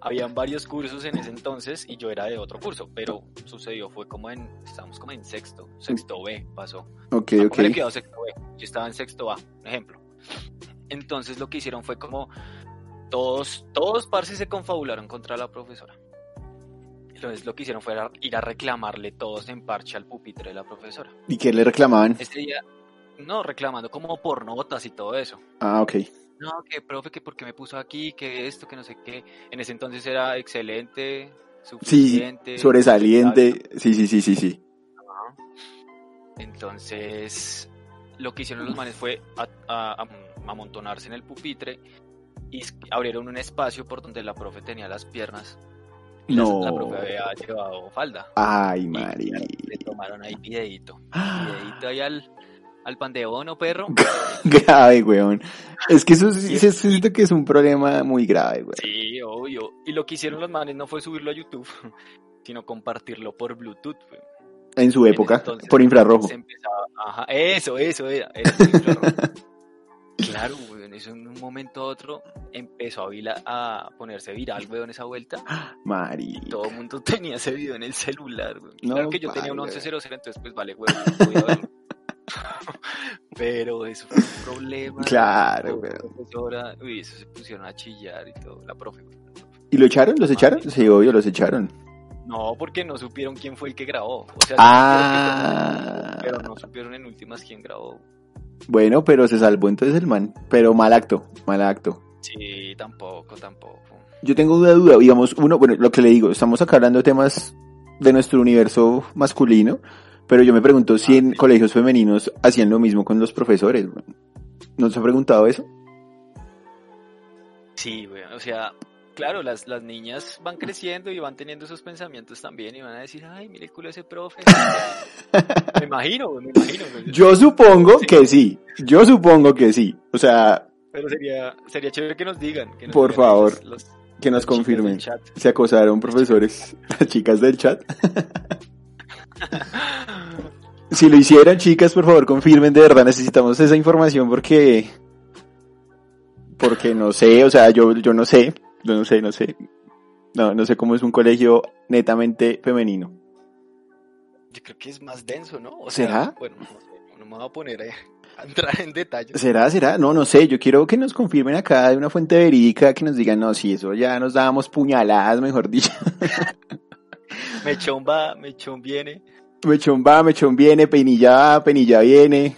Speaker 2: habían varios cursos en ese entonces y yo era de otro curso. Pero sucedió, fue como en, estábamos como en sexto, sexto B pasó.
Speaker 1: ok,
Speaker 2: Ah,
Speaker 1: ok.
Speaker 2: póngale que yo sexto B, yo estaba en sexto A, un ejemplo. Entonces lo que hicieron fue como todos, todos parce se confabularon contra la profesora. Entonces lo que hicieron fue ir a reclamarle todos en parche al pupitre de la profesora.
Speaker 1: ¿Y qué le reclamaban?
Speaker 2: Este día, no, reclamando como por notas y todo eso.
Speaker 1: Ah, ok.
Speaker 2: No, que profe, que porque me puso aquí, que esto, que no sé qué. En ese entonces era excelente, suficiente.
Speaker 1: Sobresaliente. Sí, sí, sí, sí, sí.
Speaker 2: Entonces, lo que hicieron los manes fue a- a- a- amontonarse en el pupitre y es- abrieron un espacio por donde la profe tenía las piernas. Y las-
Speaker 1: No.
Speaker 2: la profe había llevado falda.
Speaker 1: Ay,
Speaker 2: Y
Speaker 1: Mari.
Speaker 2: le tomaron ahí piedito. Piedito ahí al, al pandeón o perro.
Speaker 1: grave, weón. Es que eso sí, sí, siento que es un problema muy grave, weón.
Speaker 2: Sí, obvio. Y lo que hicieron los manes no fue subirlo a YouTube, sino compartirlo por Bluetooth. güey.
Speaker 1: En su época,
Speaker 2: Entonces,
Speaker 1: por infrarrojo.
Speaker 2: se empezaba- ajá, eso, eso era. era por infrarrojo. claro, weón, eso en un momento a otro empezó a, vila- a ponerse viral, weón, esa vuelta.
Speaker 1: Mari.
Speaker 2: Todo el mundo tenía ese video en el celular, weón.
Speaker 1: No,
Speaker 2: claro que yo tenía un
Speaker 1: vale.
Speaker 2: 1100, entonces pues vale, weón, no podía verlo. Pero eso fue un problema.
Speaker 1: Claro,
Speaker 2: La
Speaker 1: weón.
Speaker 2: profesora, uy, eso se pusieron a chillar y todo, la profe, weón.
Speaker 1: ¿Y lo echaron? ¿Los echaron? Sí, obvio, los echaron.
Speaker 2: No, porque no supieron quién fue el que grabó. O sea,
Speaker 1: Ah.
Speaker 2: supieron que fue el que grabó, pero no supieron en últimas quién grabó.
Speaker 1: Bueno, pero se salvó entonces el man. Pero mal acto, mal acto.
Speaker 2: Sí, tampoco, tampoco.
Speaker 1: Yo tengo una duda, digamos, uno, bueno, lo que le digo, estamos acá hablando de temas de nuestro universo masculino, pero yo me pregunto
Speaker 2: Ah,
Speaker 1: si en colegios femeninos hacían lo mismo con los profesores. weón. ¿No se ha preguntado eso?
Speaker 2: Sí, güey, o sea, claro, las, las niñas van creciendo y van teniendo esos pensamientos también y van a decir, ay, mire el culo de ese profe. me imagino, güey, me imagino. pues. güey.
Speaker 1: Yo supongo que sí, yo supongo que sí. O sea,
Speaker 2: Pero sería, sería chévere que nos digan. que nos
Speaker 1: Por
Speaker 2: digan
Speaker 1: favor,
Speaker 2: los- los-
Speaker 1: que nos
Speaker 2: las chicas
Speaker 1: confirmen.
Speaker 2: del chat.
Speaker 1: Se acosaron profesores, las chicas del chat. Si lo hicieron, chicas, por favor, confirmen, de verdad necesitamos esa información porque... Porque no sé, o sea, yo, yo no sé, yo no sé, no sé. No, no sé cómo es un colegio netamente femenino.
Speaker 2: Yo creo que es más denso, ¿no? O
Speaker 1: ¿Será?
Speaker 2: Bueno, no, sé, no me voy a poner eh, a entrar en detalles.
Speaker 1: ¿Será, será? No, no sé, yo quiero que nos confirmen acá de una fuente verídica que nos digan, no, si eso ya nos dábamos puñaladas, mejor dicho.
Speaker 2: Mechón va, mechón viene.
Speaker 1: Mechón va, mechón viene, peinilla va, peinilla viene.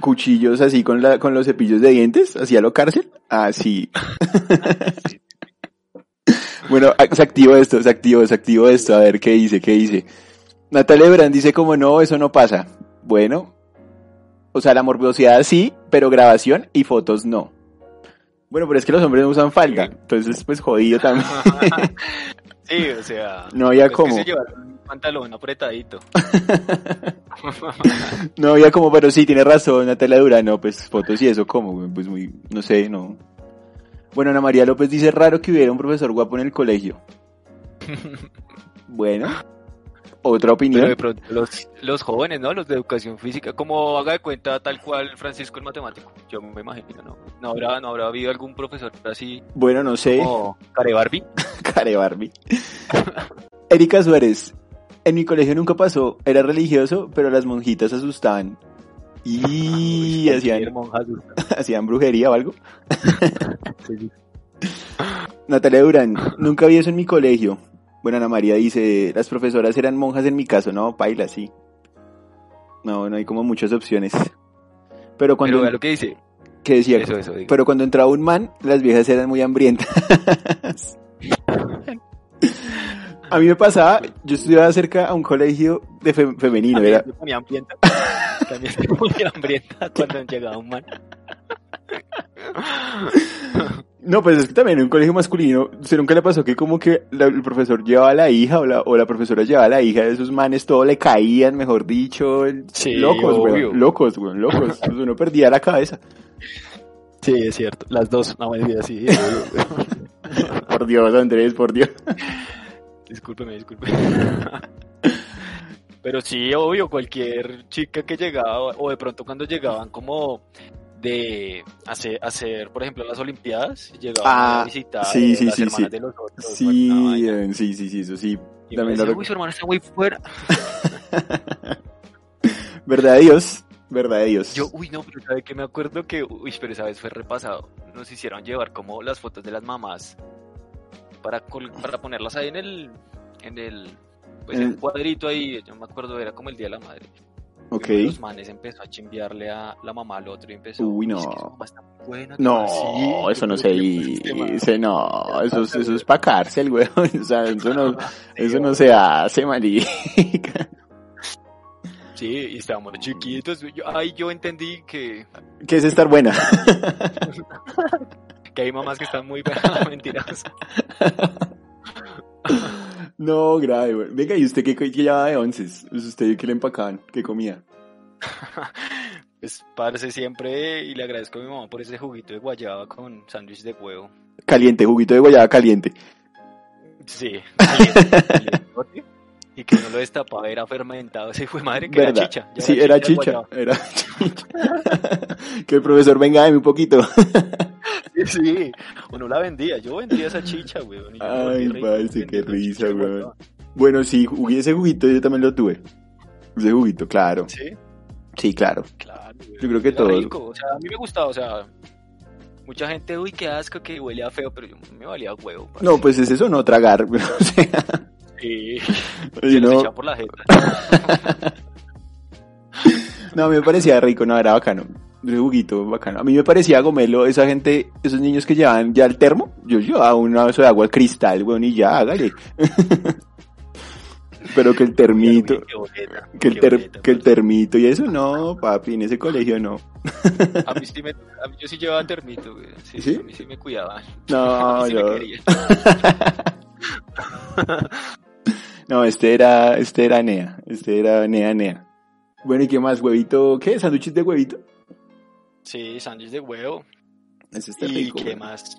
Speaker 1: Cuchillos así con, la, con los cepillos de dientes, así a lo cárcel. Así. Bueno, a- se activó esto, se activó, se activó esto. A ver, ¿qué dice? ¿Qué dice? Natalia Brand dice como no, eso no pasa. Bueno. O sea, la morbosidad sí, pero grabación y fotos no. Bueno, pero es que los hombres no usan falda. Entonces, pues jodido también.
Speaker 2: sí, o sea.
Speaker 1: No había
Speaker 2: pues,
Speaker 1: cómo.
Speaker 2: que se llevaron un pantalón apretadito.
Speaker 1: No había como, pero sí, tiene razón, Natalia Durán, no, pues fotos y eso, como, pues muy, no sé, no. Bueno, Ana María López dice, raro que hubiera un profesor guapo en el colegio. Bueno, otra
Speaker 2: Pero de
Speaker 1: opinión.
Speaker 2: pronto los, los jóvenes, ¿no? Los de educación física, como haga de cuenta tal cual Francisco el matemático, yo me imagino, ¿no? No habrá, no habrá habido algún profesor así
Speaker 1: Bueno, no sé,
Speaker 2: como Care Barbie.
Speaker 1: care Barbie. Erika Suárez, en mi colegio nunca pasó, era religioso, pero las monjitas asustaban. Y
Speaker 2: Cualquier
Speaker 1: hacían,
Speaker 2: monja asusta.
Speaker 1: hacían brujería o algo. Natalia Durán, nunca vi eso en mi colegio. Bueno, Ana María dice, las profesoras eran monjas en mi caso, no, paila, sí. No, no hay como muchas opciones. Pero cuando,
Speaker 2: Pero vea lo que dice.
Speaker 1: que decía,
Speaker 2: Eso, eso, digo.
Speaker 1: pero cuando entraba un man, las viejas eran muy hambrientas. a mí me pasaba, yo estudiaba cerca a un colegio de fe- femenino,
Speaker 2: También
Speaker 1: era,
Speaker 2: se ponía hambrienta. También se ponía hambrienta cuando llegaba un man.
Speaker 1: No, pues es que también en un colegio masculino, ¿se nunca le pasó que como que la- el profesor llevaba a la hija o la, o la profesora llevaba a la hija de esos manes, todo le caían, mejor dicho, el-
Speaker 2: Sí,
Speaker 1: locos,
Speaker 2: obvio.
Speaker 1: weón, locos, weón, locos, Pues uno perdía la cabeza,
Speaker 2: Sí, es cierto. Las dos, no mentira, sí.
Speaker 1: por Dios, Andrés, por Dios.
Speaker 2: Discúlpeme, discúlpeme. Pero sí, obvio, cualquier chica que llegaba, o de pronto cuando llegaban como de hacer, hacer por ejemplo, las Olimpiadas, llegaban
Speaker 1: Ah,
Speaker 2: a visitar
Speaker 1: sí,
Speaker 2: eh,
Speaker 1: sí,
Speaker 2: las
Speaker 1: sí,
Speaker 2: hermanas
Speaker 1: sí.
Speaker 2: de los otros. Pues bueno,
Speaker 1: Sí,
Speaker 2: una vaina.
Speaker 1: eh, sí, sí, sí, eso sí,
Speaker 2: Y uno
Speaker 1: también lo
Speaker 2: decía,
Speaker 1: recu-
Speaker 2: uy, su hermana está muy fuera.
Speaker 1: verdad de Dios, verdad de Dios.
Speaker 2: Yo, uy, no, pero ¿sabe que Me acuerdo que, uy, pero esa vez fue repasado. Nos hicieron llevar como las fotos de las mamás para, col- para ponerlas ahí en el, en el, pues en
Speaker 1: En-
Speaker 2: un cuadrito ahí, yo me acuerdo, era como el Día de la Madre. Y
Speaker 1: ok,
Speaker 2: uno de Los manes empezó a chimbiarle a la mamá al otro y empezó.
Speaker 1: Uy, no.
Speaker 2: "Es que su mamá está muy buena, que
Speaker 1: no,
Speaker 2: va así". Ah, Yo
Speaker 1: eso no
Speaker 2: creo
Speaker 1: se
Speaker 2: que fue este man.
Speaker 1: dice, no, eso, es- eso es pa' cárcel, weón, o sea, eso no, eso no
Speaker 2: Dios.
Speaker 1: se hace, marica.
Speaker 2: Sí, y
Speaker 1: Mm.
Speaker 2: estábamos chiquitos. Yo, ay, yo entendí que.
Speaker 1: ¿Qué es estar buena?
Speaker 2: Que hay mamás que están muy brava- mentiras.
Speaker 1: No, grave, güey. Venga, ¿y usted qué, qué llevaba de once? ¿Usted qué le empacaban? ¿Qué comía?
Speaker 2: Pues parce siempre y le agradezco a mi mamá por ese juguito de guayaba con sándwich de huevo.
Speaker 1: Caliente, juguito de guayaba caliente.
Speaker 2: Sí. caliente, caliente. Y que no lo destapaba, era fermentado. Ese fue madre que
Speaker 1: ¿Verdad?
Speaker 2: era chicha. ya
Speaker 1: sí, era
Speaker 2: de
Speaker 1: chicha.
Speaker 2: guayaba.
Speaker 1: Era chicha. que el profesor venga de mí un poquito.
Speaker 2: Sí, uno la vendía. Yo vendía esa chicha, weón. y yo me
Speaker 1: Ay,
Speaker 2: volví rico
Speaker 1: parce, qué
Speaker 2: vendiendo chicha
Speaker 1: risa,
Speaker 2: de
Speaker 1: güey.
Speaker 2: guayaba.
Speaker 1: Bueno, sí, jugué ese juguito, yo también lo tuve. Ese juguito, claro.
Speaker 2: Sí.
Speaker 1: Sí, claro.
Speaker 2: Claro, güey.
Speaker 1: Yo creo que
Speaker 2: Era
Speaker 1: todos.
Speaker 2: rico, o sea, a mí me gustaba, o sea, mucha gente, uy, qué asco, que huele a feo, pero yo me valía a huevo. parce.
Speaker 1: No, pues es eso, no tragar. o sea,
Speaker 2: Sí,
Speaker 1: y
Speaker 2: se los
Speaker 1: no-
Speaker 2: echaba por la jeta.
Speaker 1: No, a mí me parecía rico, no, era bacano. Ese juguito bacano. A mí me parecía gomelo, esa gente, esos niños que llevaban ya el termo. Yo llevaba un vaso de agua al cristal, weón, y ya, hágale. Pero que el termito,
Speaker 2: Qué boleta,
Speaker 1: que el,
Speaker 2: qué pues.
Speaker 1: ter-
Speaker 2: boleta,
Speaker 1: que el
Speaker 2: parce.
Speaker 1: termito y eso, no, papi, en ese colegio no.
Speaker 2: A mí sí me, a mí yo sí llevaba termito, güey. Sí,
Speaker 1: ¿Sí? Ah,
Speaker 2: A mí sí me cuidaban.
Speaker 1: No,
Speaker 2: a mí sí me
Speaker 1: no,
Speaker 2: querían.
Speaker 1: no, este era, este era Nea, este era Nea, Nea. Bueno, ¿y qué más? ¿Huevito? ¿Qué? ¿Sándwiches de huevito?
Speaker 2: Sí, sándwich de huevo.
Speaker 1: Ese está
Speaker 2: ¿Y
Speaker 1: rico.
Speaker 2: qué
Speaker 1: weón.
Speaker 2: más?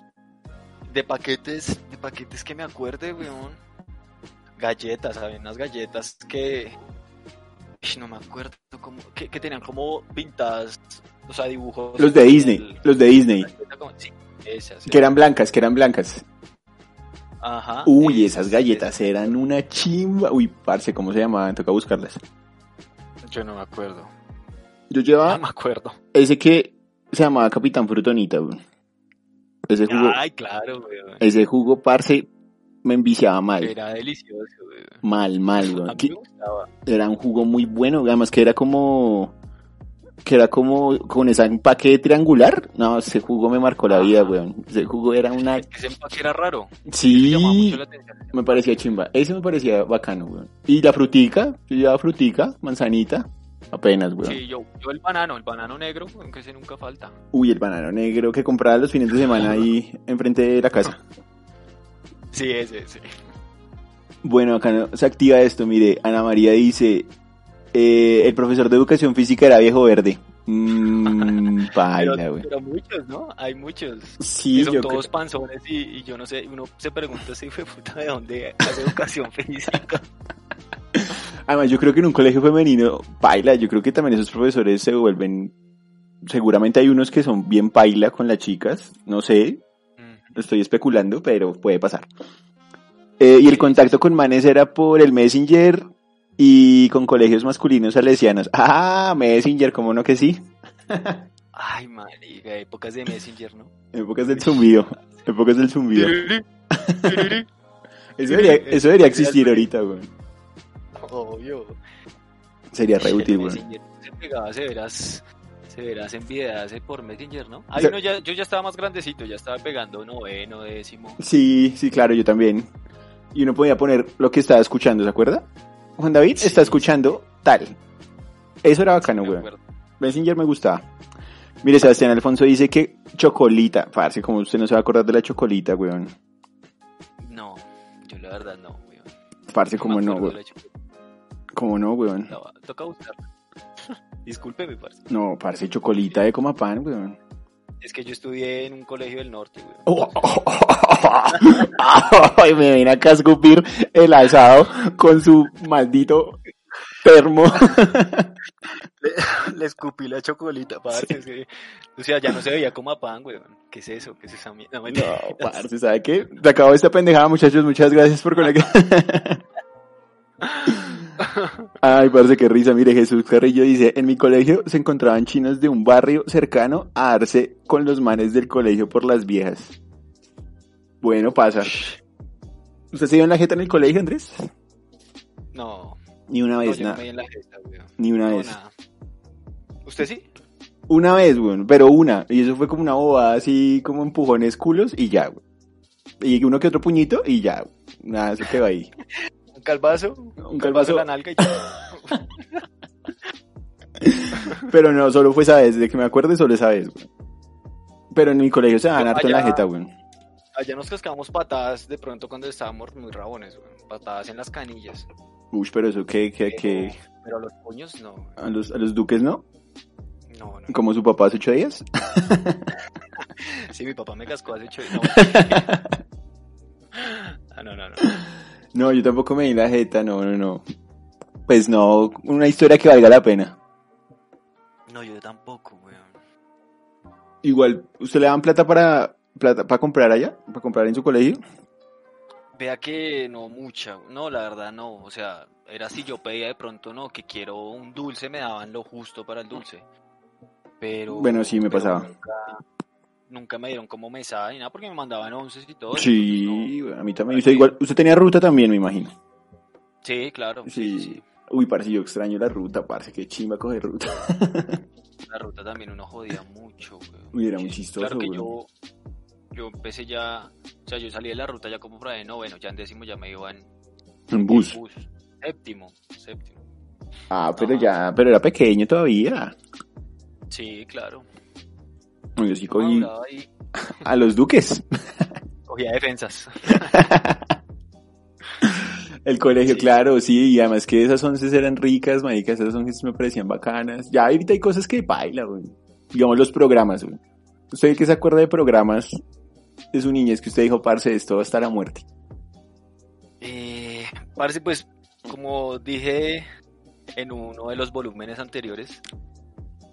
Speaker 2: De paquetes, de paquetes que me acuerde, weón. Galletas, había unas galletas que. Ish, no me acuerdo cómo. Que, que tenían como pintadas, o sea, dibujos.
Speaker 1: Los de
Speaker 2: en
Speaker 1: Disney,
Speaker 2: el-
Speaker 1: los de Disney,
Speaker 2: como- sí, esas,
Speaker 1: que eran blancas, que eran blancas.
Speaker 2: Ajá.
Speaker 1: Uy, esas galletas eran una chimba. Uy, parce, ¿cómo se llamaban? Toca buscarlas.
Speaker 2: esas. Yo no me acuerdo.
Speaker 1: Yo
Speaker 2: No
Speaker 1: llevaba
Speaker 2: me acuerdo.
Speaker 1: ese que se llamaba Capitán Frutonita, güey. Ese jugo,
Speaker 2: Ay, claro, weón.
Speaker 1: ese jugo, parce, me enviciaba mal.
Speaker 2: Era delicioso, weón.
Speaker 1: Mal, mal,
Speaker 2: A
Speaker 1: güey.
Speaker 2: mí me gustaba.
Speaker 1: Era un jugo muy bueno, además que era como... Que era como con ese empaque triangular. No, ese jugo me marcó la vida, weón. Ese jugo era una...
Speaker 2: Ah. Es que ese empaque era raro. Me llamaba
Speaker 1: Sí,
Speaker 2: mucho la atención.
Speaker 1: me parecía chimba. Ese me parecía bacano, weón. Y la frutica, yo llevaba frutica, manzanita. Apenas, weón.
Speaker 2: Sí, yo, yo el banano, el banano negro, aunque ese nunca falta.
Speaker 1: Uy, el banano negro que compraba los fines de semana ahí enfrente de la casa.
Speaker 2: Sí, ese, ese.
Speaker 1: Bueno, acá no- se activa esto, mire, Ana María dice, eh, el profesor de educación física era viejo verde. Mmm, paila,
Speaker 2: Pero,
Speaker 1: güey.
Speaker 2: pero muchos, ¿no? Hay muchos.
Speaker 1: Sí,
Speaker 2: y son
Speaker 1: yo
Speaker 2: todos panzones y, y yo no sé, uno se pregunta si fue puta de dónde hace educación física.
Speaker 1: creo- además yo creo que en un colegio femenino, paila, yo creo que también esos profesores se vuelven, seguramente hay unos que son bien paila con las chicas, no sé,
Speaker 2: Mm.
Speaker 1: estoy especulando, pero puede pasar. Eh, y el contacto con manes era por el Messenger y con colegios masculinos salesianos. Ah, Messenger, cómo no que sí.
Speaker 2: Ay, marica, épocas de Messenger, ¿no?
Speaker 1: Épocas del zumbido. Épocas del zumbido. Eso debería, eso debería existir ahorita, güey.
Speaker 2: Obvio.
Speaker 1: Sería re
Speaker 2: El
Speaker 1: útil, güey.
Speaker 2: Messenger Se pegaba severas, severas envidiadas por Messenger, ¿no?
Speaker 1: O
Speaker 2: Ahí
Speaker 1: sea-
Speaker 2: uno ya, yo ya estaba más grandecito, ya estaba pegando noveno, décimo.
Speaker 1: Sí, sí, claro, yo también. Y uno podía poner lo que estaba escuchando, ¿se acuerda? Juan David
Speaker 2: Sí.
Speaker 1: está escuchando tal. Eso era bacano,
Speaker 2: me
Speaker 1: güey.
Speaker 2: acuerdo.
Speaker 1: Messenger me gustaba. Mire, Sebastián Alfonso dice que chocolita. Parce, como usted no se va a acordar de la chocolita, weón.
Speaker 2: No, yo la verdad no, weón.
Speaker 1: Parce,
Speaker 2: me
Speaker 1: como no,
Speaker 2: acuerdo de
Speaker 1: weón.
Speaker 2: la chupeta,
Speaker 1: Como no, weón.
Speaker 2: la- Toca buscarla. Discúlpeme, parce.
Speaker 1: No, parce, chocolita de Comapán, weón.
Speaker 2: Es que yo estudié en un colegio del norte, weón.
Speaker 1: Oh,
Speaker 2: oh,
Speaker 1: Ay, me viene acá a escupir el asado con su maldito termo.
Speaker 2: Le escupí la chocolita, parce. es que- o sea, ya no se veía como a pan, weón. ¿Qué es eso? ¿Qué es esa mierda? No, mentira.
Speaker 1: No, parce, ¿sabe qué? Se acabó esta pendejada, muchachos. Muchas gracias por conectar. Ay, parce, qué risa. Mire, Jesús Carrillo dice, en mi colegio se encontraban chinos de un barrio cercano a darse con los manes del colegio por las viejas. Bueno, pasa. ¿Usted se dio en la jeta en el colegio, Andrés?
Speaker 2: No,
Speaker 1: Ni una
Speaker 2: no,
Speaker 1: vez,
Speaker 2: yo no
Speaker 1: nada.
Speaker 2: me di en la gesta, weón.
Speaker 1: Ni una
Speaker 2: No,
Speaker 1: vez.
Speaker 2: nada. ¿Usted sí?
Speaker 1: Una vez, weón, pero una. Y eso fue como una bobada así, como empujones culos y ya, weón. Y uno que otro puñito y ya, weón. Nada, se quedó ahí.
Speaker 2: ¿Un calvazo?
Speaker 1: Un calvazo.
Speaker 2: en la nalga y ya.
Speaker 1: Pero no, solo fue esa vez, de que me acuerde, solo esa vez, güey. Pero en mi colegio se daban
Speaker 2: Yo
Speaker 1: harto en la
Speaker 2: allá-
Speaker 1: jeta, weón.
Speaker 2: Allá nos cascábamos patadas de pronto cuando estábamos muy rabones, güey. Patadas en las canillas.
Speaker 1: Uy, pero eso que, que, que
Speaker 2: Pero a los puños no, güey.
Speaker 1: a los, a los duques no,
Speaker 2: no, no.
Speaker 1: como su papá hace ocho días.
Speaker 2: Sí, mi papá me cascó hace ocho no. Ah, no, no, no.
Speaker 1: No, yo tampoco me di la jeta, no, no, no. Pues no, una historia que valga la pena.
Speaker 2: No, yo tampoco, weón.
Speaker 1: Igual, ¿usted le dan plata para, plata, para comprar allá? ¿Para comprar en su colegio?
Speaker 2: Vea que no mucha, no, la verdad no, o sea, era si yo pedía de pronto no, que quiero un dulce, me daban lo justo para el dulce. Pero
Speaker 1: Bueno, sí, me
Speaker 2: pero
Speaker 1: pasaba.
Speaker 2: Nunca, nunca me dieron como mesada ni nada porque me mandaban once y todo. entonces
Speaker 1: Sí,
Speaker 2: no.
Speaker 1: a mí también. Usted, igual, usted tenía ruta también, me imagino.
Speaker 2: Sí, claro. Sí,
Speaker 1: Sí.
Speaker 2: sí,
Speaker 1: Uy, parce, yo extraño la ruta, parce, qué chimba coger ruta.
Speaker 2: sí. La ruta también uno jodía mucho, weón,
Speaker 1: Uy, era muy chistoso,
Speaker 2: muchísimo. Claro que
Speaker 1: weón.
Speaker 2: yo, yo empecé ya, o sea, yo salí de la ruta ya como por ahí, no, bueno, ya en décimo ya me iba en
Speaker 1: En
Speaker 2: en
Speaker 1: bus.
Speaker 2: bus. Séptimo, séptimo.
Speaker 1: Ah, pero ya, pero era pequeño todavía.
Speaker 2: Sí, claro.
Speaker 1: No, Yo sí
Speaker 2: Yo
Speaker 1: cogí
Speaker 2: maduraba ahí.
Speaker 1: a los duques.
Speaker 2: Cogía defensas.
Speaker 1: El colegio,
Speaker 2: Sí.
Speaker 1: claro, sí, y además que esas once eran ricas, maricas, esas once me parecían bacanas. Ya ahorita hay cosas que baila, güey. Digamos los programas, güey. Usted que se acuerda de programas de su niñez que usted dijo, parce, esto hasta la muerte.
Speaker 2: Eh, parce, pues, como dije en uno de los volúmenes anteriores,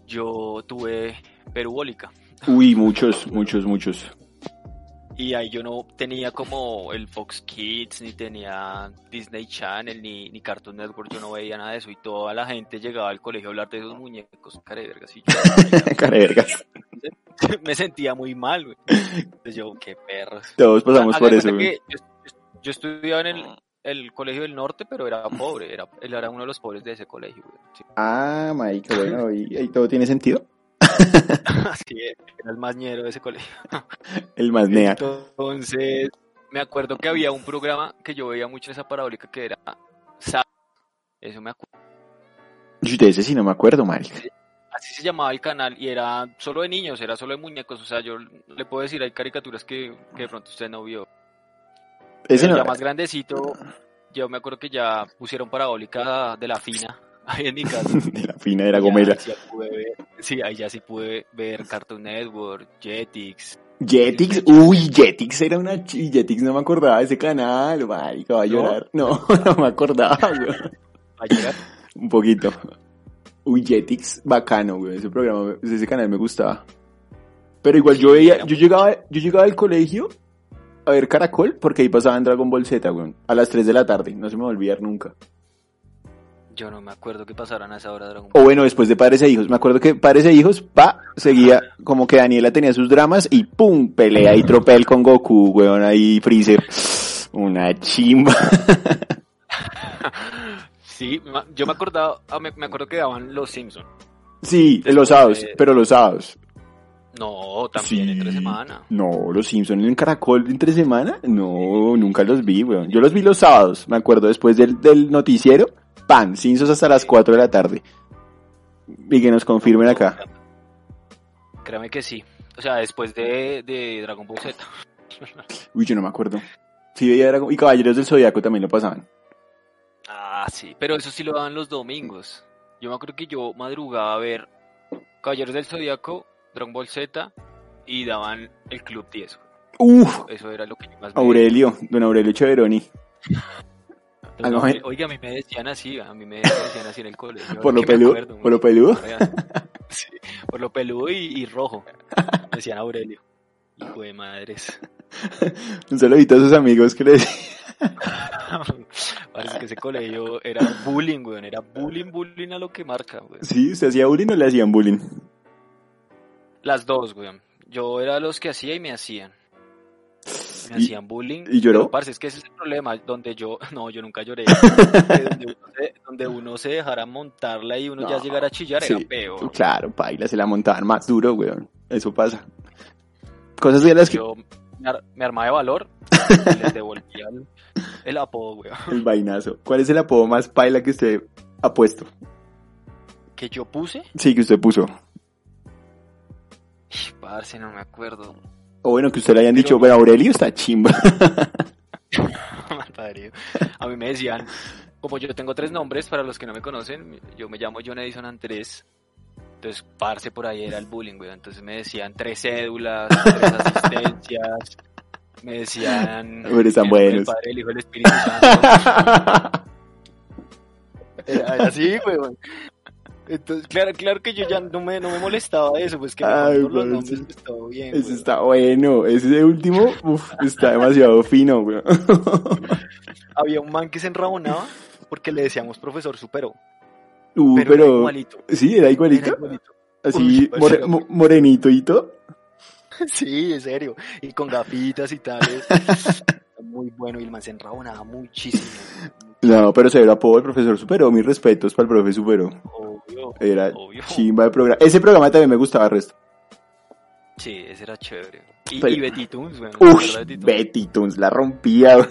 Speaker 2: yo tuve perubólica
Speaker 1: Uy, muchos, muchos, muchos.
Speaker 2: y ahí yo no tenía como el Fox Kids, ni tenía Disney Channel, ni, ni Cartoon Network, yo no veía nada de eso y toda la gente llegaba al colegio a hablar de esos muñecos, cara de vergas, y yo
Speaker 1: Cara de vergas.
Speaker 2: me sentía muy mal, güey. Entonces yo, qué perros.
Speaker 1: Todos pasamos
Speaker 2: Haga
Speaker 1: por
Speaker 2: de
Speaker 1: eso,
Speaker 2: cuenta
Speaker 1: güey.
Speaker 2: que Yo, yo estudiaba en el, el colegio del norte, pero era pobre, era, él era uno de los pobres de ese colegio. güey. Sí,
Speaker 1: Ah, marica, bueno, y, y todo tiene sentido.
Speaker 2: así es, era el más ñero de ese colegio.
Speaker 1: El más nea.
Speaker 2: Entonces, me acuerdo que había un programa que yo veía mucho en esa parabólica que era Sa- Eso me acuerdo.
Speaker 1: Yo de ese sí no me acuerdo, marica.
Speaker 2: Así se llamaba el canal y era solo de niños, era solo de muñecos. O sea, yo le puedo decir, hay caricaturas que, que de pronto usted no vio.
Speaker 1: Ese no.
Speaker 2: ya más grandecito, yo me acuerdo que ya pusieron parabólica de la fina ahí en mi casa.
Speaker 1: De la fina de la
Speaker 2: Ya,
Speaker 1: gomela.
Speaker 2: sí, ya pude ver- sí, ahí ya sí pude ver Cartoon Network, Jetix.
Speaker 1: Jetix, uy, Jetix era una ch- y Jetix no me acordaba de ese canal, marica, va a
Speaker 2: ¿No?
Speaker 1: llorar. No, no me acordaba, güey.
Speaker 2: Ayer,
Speaker 1: Un poquito. Uy, Jetix, bacano, güey, ese programa, me- ese canal me gustaba. Pero igual yo veía, yo llegaba, yo llegaba al colegio a ver Caracol, porque ahí pasaban Dragon Ball Z, güey, a las 3 de la tarde, no se me va a olvidar nunca.
Speaker 2: yo no me acuerdo que pasaran a esa hora Dragon
Speaker 1: O
Speaker 2: Ball.
Speaker 1: bueno, después de Padres e Hijos, me acuerdo que Padres e Hijos, pa, seguía, como que Daniela tenía sus dramas y pum, pelea y tropel con Goku, weón, ahí Freezer. Una chimba. Oh.
Speaker 2: Sí, ma- yo me acordaba, ah, me, me acuerdo que daban Los Simpsons.
Speaker 1: Sí, los sábados, pero los sábados.
Speaker 2: No, también
Speaker 1: Sí.
Speaker 2: entre semana.
Speaker 1: No, los Simpson en Caracol entre semana. No, nunca los vi, weón. Yo los vi los sábados, me acuerdo, después del, del noticiero. Pan, Simpsons hasta las 4 de la tarde. Y que nos confirmen acá.
Speaker 2: Créame que sí. O sea, después de, de Dragon Ball Z.
Speaker 1: Uy, yo no me acuerdo. Sí, veía Dragon- y Caballeros del Zodiaco también lo pasaban.
Speaker 2: Ah, sí, pero eso sí lo daban los domingos. Yo me acuerdo que yo madrugaba a ver Caballeros del Zodíaco, Dragon Ball Z y daban el Club 10.
Speaker 1: Uf,
Speaker 2: Eso era lo que yo más veía.
Speaker 1: Aurelio, don Aurelio Cheveroni.
Speaker 2: Entonces,
Speaker 1: Algo
Speaker 2: Pues no,
Speaker 1: gen-
Speaker 2: Oiga, a mí me decían así, a mí me decían así en el colegio.
Speaker 1: Por lo
Speaker 2: que me
Speaker 1: peludo,
Speaker 2: acuerdo,
Speaker 1: por lo peludo.
Speaker 2: Oigan, sí, por lo peludo y, y rojo. me Decían Aurelio. Hijo de madres.
Speaker 1: Un saludito a sus amigos que les...
Speaker 2: Parece que ese colegio era bullying, weón. Era bullying, bullying a lo que marca, weón.
Speaker 1: Sí, ¿se hacía bullying o le hacían bullying?
Speaker 2: Las dos, weón. Yo era los que hacía y me hacían. Me
Speaker 1: ¿Y-
Speaker 2: hacían bullying.
Speaker 1: y lloró?
Speaker 2: Pero, parce, es que ese es el problema. Donde yo, no, yo nunca lloré. donde, uno se, donde uno se dejara montarla y uno ya
Speaker 1: No,
Speaker 2: llegara a chillar,
Speaker 1: sí.
Speaker 2: era peor.
Speaker 1: Claro, paila, se la montaban más duro, weón. Eso pasa. Cosas de las que...
Speaker 2: Yo me, ar- me armaba de valor y les devolvía el, el apodo, weón.
Speaker 1: El vainazo. ¿Cuál es el apodo más paila que usted ha puesto?
Speaker 2: Que yo puse,
Speaker 1: Sí, que usted puso.
Speaker 2: Ih, Parce, no me acuerdo.
Speaker 1: O bueno, que usted le hayan
Speaker 2: Pero-
Speaker 1: dicho, pero Aurelio está chimba.
Speaker 2: Malparido. A mí me decían, como yo tengo tres nombres, para los que no me conocen, yo me llamo John Edison Andrés. Entonces, parce por ahí era el bullying, güey. Entonces me decían tres cédulas, tres asistencias. Me decían.
Speaker 1: Pero están
Speaker 2: el Hijo,
Speaker 1: buenos.
Speaker 2: El padre, el hijo, el espíritu. Santo. Era era así, Eh, ah, güey. güey. Entonces, claro, claro que yo ya no me, no me molestaba eso, pues que me
Speaker 1: Ay,
Speaker 2: cambiaron los
Speaker 1: güey,
Speaker 2: nombres,
Speaker 1: sí.
Speaker 2: pues, todo bien.
Speaker 1: Ese
Speaker 2: güey.
Speaker 1: está bueno. Ese último, uf, está demasiado fino, güey.
Speaker 2: Había un man que se enrabonaba porque le decíamos profesor supero.
Speaker 1: Uh,
Speaker 2: pero,
Speaker 1: pero,
Speaker 2: era igualito.
Speaker 1: sí, era igualito.
Speaker 2: Era igualito.
Speaker 1: Así,
Speaker 2: Uy, parece
Speaker 1: more-
Speaker 2: loco.
Speaker 1: mo- morenito y todo.
Speaker 2: Sí, en serio. Y con gafitas y tales. Muy bueno, y el man se enrabonaba muchísimo.
Speaker 1: No, pero se lo apodo el profesor Supero. Mis respetos para el profe Supero.
Speaker 2: Obvio.
Speaker 1: Era
Speaker 2: Obvio.
Speaker 1: chimba de programa. Ese programa también me gustaba el resto.
Speaker 2: Sí, ese era chévere. Y,
Speaker 1: Pero-
Speaker 2: y Betty Toons, güey.
Speaker 1: Uy,
Speaker 2: ¿verdad, Betty Toons?
Speaker 1: Betty Toons la rompía. güey.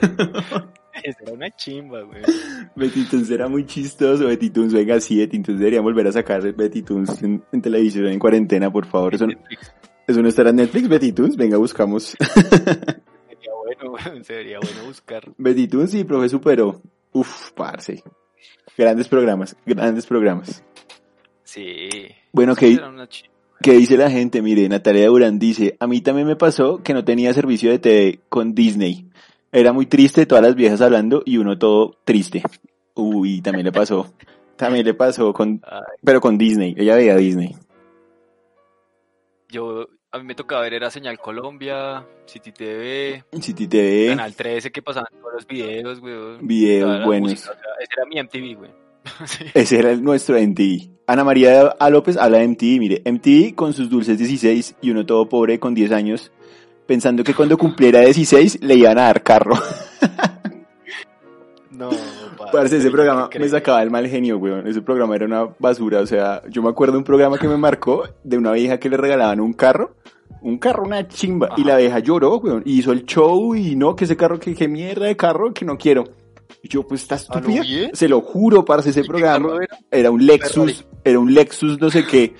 Speaker 2: Esa era una chimba, güey.
Speaker 1: Betty Toons era muy chistoso. Betty Toons, venga, sí, Betty Toons debería volver a sacar Betty Toons en, en televisión en cuarentena, por favor. Eso,
Speaker 2: Netflix.
Speaker 1: eso no estará en Netflix, Betty Toons. Venga, buscamos
Speaker 2: Sería bueno, güey, sería bueno buscar.
Speaker 1: Betty Toons y profe Supero. Uf, parce. Grandes programas, grandes programas.
Speaker 2: Sí.
Speaker 1: Bueno,
Speaker 2: Sí,
Speaker 1: ok.
Speaker 2: era una chi-
Speaker 1: ¿Qué dice la gente? Mire, Natalia Durán dice, a mí también me pasó que no tenía servicio de TV con Disney. Era muy triste, todas las viejas hablando y uno todo triste. Uy, también le pasó. También le pasó con,
Speaker 2: Ay.
Speaker 1: pero con Disney. Ella veía Disney.
Speaker 2: Yo, a mí me tocaba ver, era Señal Colombia, City TV,
Speaker 1: City TV,
Speaker 2: Canal 13, que pasaban todos los videos, güey. Toda
Speaker 1: videos
Speaker 2: la
Speaker 1: buenos.
Speaker 2: música, o sea, ese era mi MTV, güey. Sí.
Speaker 1: Ese era el nuestro MTV. Ana María A. López habla de MTV, mire, MTV con sus dulces 16 y uno todo pobre con 10 años, pensando que cuando cumpliera 16 le iban a dar carro.
Speaker 2: No, parce,
Speaker 1: Parce, ese
Speaker 2: yo no
Speaker 1: programa me
Speaker 2: creo.
Speaker 1: sacaba el mal genio, weón. Ese programa era una basura. O sea, yo me acuerdo de un programa que me marcó de una vieja que le regalaban un carro. Un carro, una chimba. Y
Speaker 2: Ajá.
Speaker 1: la vieja lloró, weón. Y hizo el show y no, que ese carro, que, que mierda de carro, que no quiero. Y yo, pues, ¿estás
Speaker 2: ¿A lo
Speaker 1: estúpida?
Speaker 2: bien?
Speaker 1: Se lo juro, parce, ese
Speaker 2: ¿Y qué carro
Speaker 1: programa
Speaker 2: era?
Speaker 1: era un Lexus, era un Lexus no sé qué.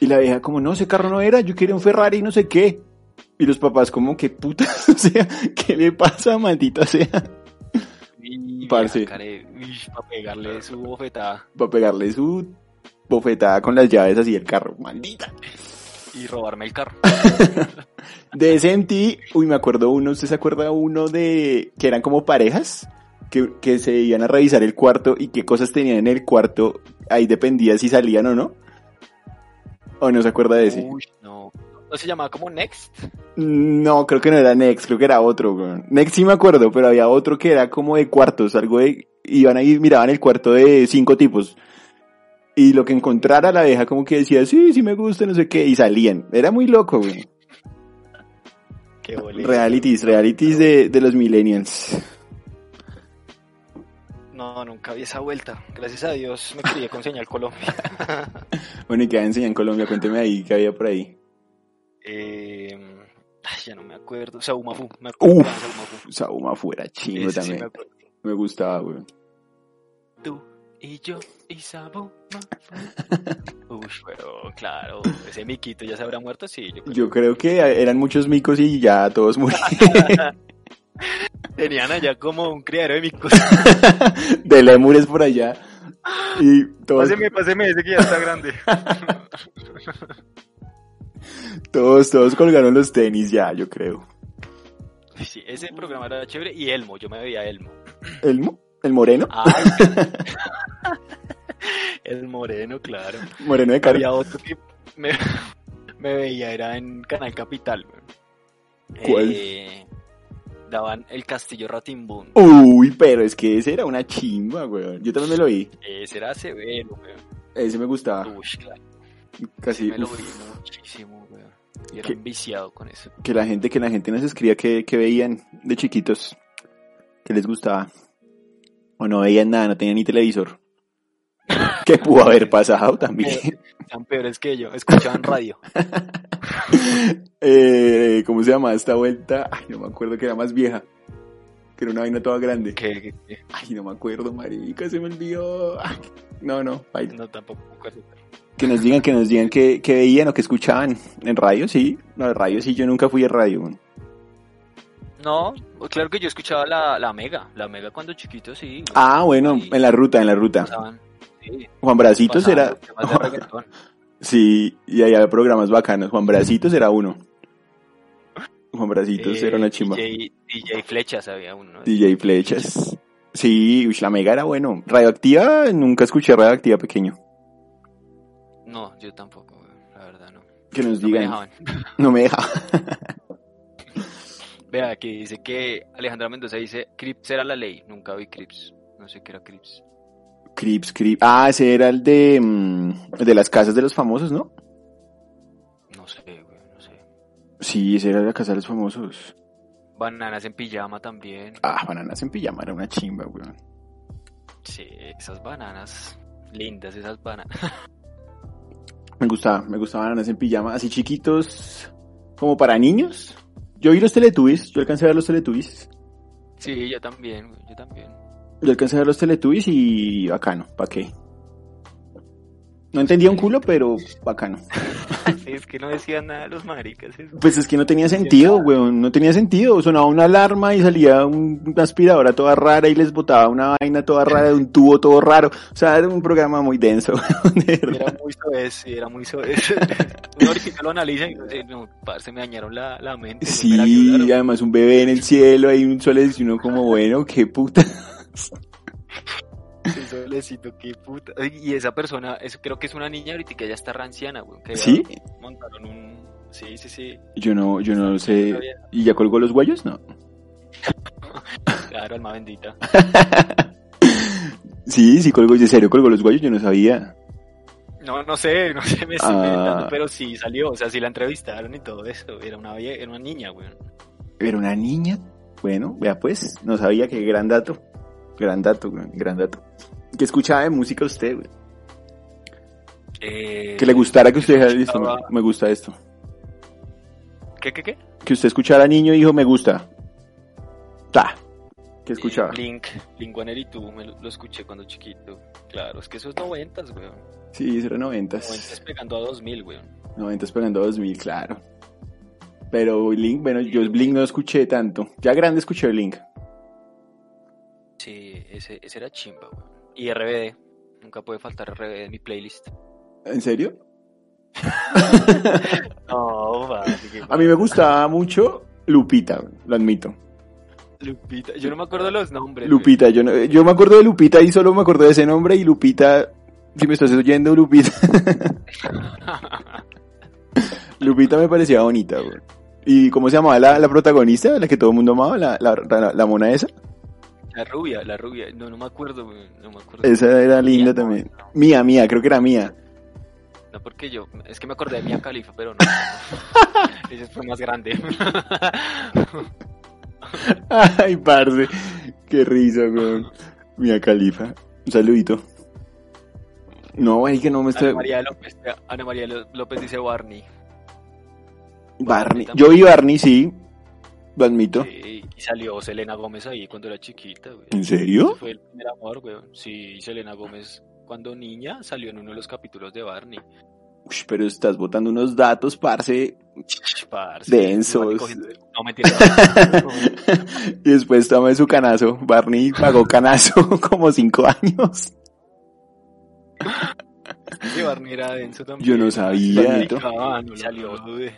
Speaker 1: Y la vieja como, no, ese carro no era, yo quería un Ferrari no sé qué. Y los papás como, qué putas, o sea, ¿qué le pasa, maldita sea?
Speaker 2: Y
Speaker 1: Parce.
Speaker 2: para pegarle su bofetada
Speaker 1: Para pegarle su bofetada con las llaves así del carro, maldita.
Speaker 2: y robarme el carro.
Speaker 1: De ese MTV, uy, me acuerdo uno, ¿usted se acuerda uno de que eran como parejas? Que, que se iban a revisar el cuarto y qué cosas tenían en el cuarto, ahí dependía si salían o no. ¿O no se acuerda de ese?
Speaker 2: Uy, no. ¿No se llamaba como Next?
Speaker 1: No, creo que no era Next, creo que era otro, weón. Next sí me acuerdo, pero había otro que era como de cuartos, algo de... Iban ahí, miraban el cuarto de cinco tipos. Y lo que encontrara la vieja como que decía, sí, sí me gusta, no sé qué, y salían. Era muy loco, güey.
Speaker 2: Qué boleta.
Speaker 1: Realities, realities de, de los millennials.
Speaker 2: No, nunca vi esa vuelta. Gracias a Dios me quería con Señal Colombia.
Speaker 1: Bueno, ¿y qué enseñan en Colombia? Cuénteme ahí, ¿qué había por ahí?
Speaker 2: Eh, ay, ya no me acuerdo. Saumafu. Me acuerdo.
Speaker 1: Uf.
Speaker 2: de Saumafu.
Speaker 1: Sauma fuera chingo
Speaker 2: Ese sí
Speaker 1: también.
Speaker 2: me acuerdo.
Speaker 1: me... gustaba, güey.
Speaker 2: Tú y yo y Saumafu. Uy, pero claro. Ese miquito ya se habrá muerto, sí. Yo creo.
Speaker 1: Yo creo que eran muchos micos y ya todos murieron.
Speaker 2: Tenían allá como un criadero de micos.
Speaker 1: de lemures por allá. Y todos...
Speaker 2: Páseme, páseme ese que ya está grande.
Speaker 1: Todos, todos colgaron los tenis ya, yo creo.
Speaker 2: Sí, ese programa era chévere. Y Elmo, yo me veía Elmo.
Speaker 1: ¿El, mo- el moreno?
Speaker 2: Ay. El moreno, claro.
Speaker 1: Moreno de carga.
Speaker 2: Había otro que me, me veía, era en Canal Capital. güey.
Speaker 1: ¿Cuál?
Speaker 2: Eh, daban el Castillo Ratimbun.
Speaker 1: Uy, pero es que ese era una chimba, weón. Yo también me lo vi.
Speaker 2: Ese era severo, güey.
Speaker 1: Ese me gustaba.
Speaker 2: Uy, claro,
Speaker 1: Casi.
Speaker 2: me lo
Speaker 1: uf,
Speaker 2: vi muchísimo, güey. Y era
Speaker 1: ¿Qué?
Speaker 2: un viciado con eso.
Speaker 1: que la gente, que la gente nos escribía que, que veían de chiquitos. Que les gustaba. O no veían nada, no tenían ni televisor. ¿Qué pudo haber pasado también?
Speaker 2: Tan peores que yo, escuchaban radio.
Speaker 1: Eh, ¿Cómo se llama esta vuelta? Ay, no me acuerdo que era más vieja. Que era una vaina toda grande.
Speaker 2: que, que- que-
Speaker 1: Ay, no me acuerdo, marica, se me olvidó. Ay, no, no, baila.
Speaker 2: no, tampoco me acuerdo.
Speaker 1: Que nos digan, que nos digan qué, qué veían o qué escuchaban. En radio, sí. No, en radio sí, yo nunca fui a radio. güey.
Speaker 2: No, claro que yo escuchaba la, la Mega, la Mega cuando chiquito, sí. güey.
Speaker 1: Ah, bueno,
Speaker 2: Sí,
Speaker 1: en la ruta, en la ruta.
Speaker 2: pasaban, sí,
Speaker 1: Juan Bracitos
Speaker 2: pasaban
Speaker 1: era...
Speaker 2: los temas de reggaetón.
Speaker 1: Sí, y ahí había programas bacanos. Juan Bracitos era uno. Juan Bracitos
Speaker 2: Eh,
Speaker 1: era una chimba.
Speaker 2: DJ, DJ Flechas había uno. ¿no?
Speaker 1: DJ Flechas. Sí, uy, la mega era bueno. Radioactiva, nunca escuché radioactiva pequeño.
Speaker 2: No, yo tampoco, güey, la verdad no.
Speaker 1: Que nos
Speaker 2: No me
Speaker 1: Pues digan.
Speaker 2: dejaban.
Speaker 1: No me deja.
Speaker 2: Vea, aquí dice que Alejandra Mendoza dice, Crips era la ley, nunca vi Crips. No sé qué era Crips.
Speaker 1: Crips, Crips. Ah, ese era el de, mm, el de las casas de los famosos, ¿no?
Speaker 2: No sé, güey, no sé.
Speaker 1: Sí, ese era la casa de los famosos.
Speaker 2: Bananas en pijama también.
Speaker 1: Ah, bananas en pijama era una chimba, weón.
Speaker 2: Sí, esas bananas. Lindas esas bananas.
Speaker 1: Me gustaba, me gustaban bananas en pijama, así chiquitos, como para niños. Yo vi los Teletubbies, yo alcancé a ver los Teletubbies.
Speaker 2: Sí, yo también, güey, yo también.
Speaker 1: Yo alcancé a ver los Teletubbies y bacano, ¿pa' qué? No entendía un culo, pero bacano.
Speaker 2: es que no decían nada los maricas. eso.
Speaker 1: Pues es que no tenía sentido, weón, no tenía sentido. Sonaba una alarma y salía un- una aspiradora toda rara y les botaba una vaina toda rara de un tubo todo raro. O sea, era un programa muy denso, weón, de verdad.
Speaker 2: Era muy soez, sí, era muy soez. Uno ahorita lo analiza y dice, no, parce, me dañaron la, la mente. no me la
Speaker 1: Sí,
Speaker 2: ayudaron".
Speaker 1: y además un bebé en el cielo, hay un soles y uno como, bueno, qué puta.
Speaker 2: Qué solecito, qué puta. Ay, Y esa persona, eso creo que es una niña ahorita que ya está ranciana, güey. que ya
Speaker 1: ¿Sí?
Speaker 2: Montaron un... Sí, sí, sí.
Speaker 1: Yo no, yo no sé.
Speaker 2: Todavía.
Speaker 1: ¿Y ya colgó los huellos? No.
Speaker 2: Claro, alma bendita.
Speaker 1: Sí, sí colgó, de serio colgó los huellos, yo no sabía.
Speaker 2: No, no sé, no sé, me estoy
Speaker 1: Ah.
Speaker 2: inventando, pero sí salió, o sea, sí la entrevistaron y todo eso. Era una, vie- era una niña, güey.
Speaker 1: Era una niña. Bueno, vea pues, no sabía que gran dato. Gran dato, güey, gran dato. ¿Qué escuchaba de música usted, güey?
Speaker 2: Eh,
Speaker 1: Que le gustara que usted dijera, listo,
Speaker 2: escuchaba-
Speaker 1: me gusta esto.
Speaker 2: ¿Qué, qué, qué?
Speaker 1: Que usted escuchara niño y dijo, me gusta. Ta. ¿Qué escuchaba?
Speaker 2: escuchaba? Blink, Blink y tú, me lo, lo escuché cuando chiquito. Claro, es que esos noventas, güey.
Speaker 1: Sí, eso era
Speaker 2: Noventas
Speaker 1: noventas.
Speaker 2: pegando a 2000, güey.
Speaker 1: Noventas pegando a 2000, claro. Pero Blink, bueno, yo Blink no escuché tanto. Ya grande escuché Blink.
Speaker 2: Sí, ese, ese era chimba, güey. Y RBD, nunca puede faltar RBD en mi playlist.
Speaker 1: ¿En serio?
Speaker 2: No, va.
Speaker 1: A mí me gustaba mucho Lupita, güey, lo admito.
Speaker 2: Lupita, yo no me acuerdo los nombres. güey.
Speaker 1: Lupita, yo, no- yo me acuerdo de Lupita y solo me acuerdo de ese nombre y Lupita, si me estás oyendo, Lupita, Lupita me parecía bonita, güey. ¿Y cómo se llamaba la, la protagonista, la que todo el mundo amaba, la, la, la- la mona esa?
Speaker 2: La rubia, la rubia. No, no me acuerdo, güey, No me acuerdo.
Speaker 1: Esa era linda
Speaker 2: Mía, no,
Speaker 1: también.
Speaker 2: No,
Speaker 1: Mía, mía, creo que era mía.
Speaker 2: no, porque yo. Es que me acordé de Mia Califa, pero no. no. Ella fue más grande.
Speaker 1: Ay, parce, qué risa, güey. Mía Califa, un saludito. No, es que no me estoy...
Speaker 2: Ana María López, Ana María Ló- López dice Barney.
Speaker 1: Barney.
Speaker 2: Barney
Speaker 1: Yo vi Barney, sí, lo admito.
Speaker 2: Sí, y salió Selena Gómez ahí cuando era chiquita, güey.
Speaker 1: ¿En serio?
Speaker 2: Ese Fue el primer amor, güey. Sí, Selena Gómez, cuando niña, salió en uno de los capítulos de Barney.
Speaker 1: Uy, pero estás botando unos datos, parce,
Speaker 2: Parce,
Speaker 1: Densos.
Speaker 2: No, mentira.
Speaker 1: y después tomé su canazo. Barney pagó canazo como cinco años.
Speaker 2: Ese Barney era denso también.
Speaker 1: Yo no sabía.
Speaker 2: Ah, no salió, güey.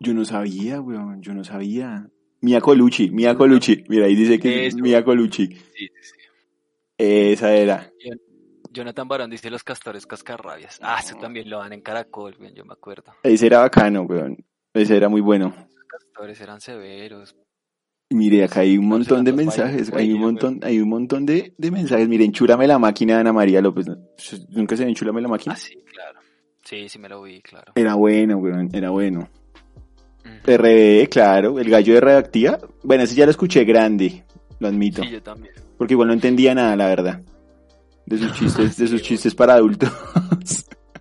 Speaker 1: Yo no sabía, weón. Yo no sabía. Mia Colucci, Mia Colucci. Mira, ahí dice que es
Speaker 2: Eso.
Speaker 1: Mia Colucci.
Speaker 2: Sí, sí, sí.
Speaker 1: Esa era.
Speaker 2: Jonathan Barón dice los castores cascarrabias. Ah, eso también lo dan en Caracol, güey, yo me acuerdo.
Speaker 1: Ese era bacano, weón. Ese era muy bueno.
Speaker 2: Los castores eran severos.
Speaker 1: Mire, acá hay un
Speaker 2: No sé
Speaker 1: montón de
Speaker 2: cuántos
Speaker 1: mensajes.
Speaker 2: bailes,
Speaker 1: Hay un
Speaker 2: güey,
Speaker 1: montón, hay un montón de, de mensajes. Miren, enchúrame la máquina de Ana María López. ¿no? Nunca se ve enchúrame la
Speaker 2: Ah,
Speaker 1: máquina.
Speaker 2: sí, claro. Sí, sí me lo vi, claro.
Speaker 1: Era bueno, weón. Era bueno.
Speaker 2: Ujú.
Speaker 1: RBE, claro. El gallo de redactiva. Bueno, ese ya lo escuché grande. Lo admito.
Speaker 2: Sí, yo también.
Speaker 1: porque igual no entendía nada, la verdad. De sus chistes, de sus chistes para adultos.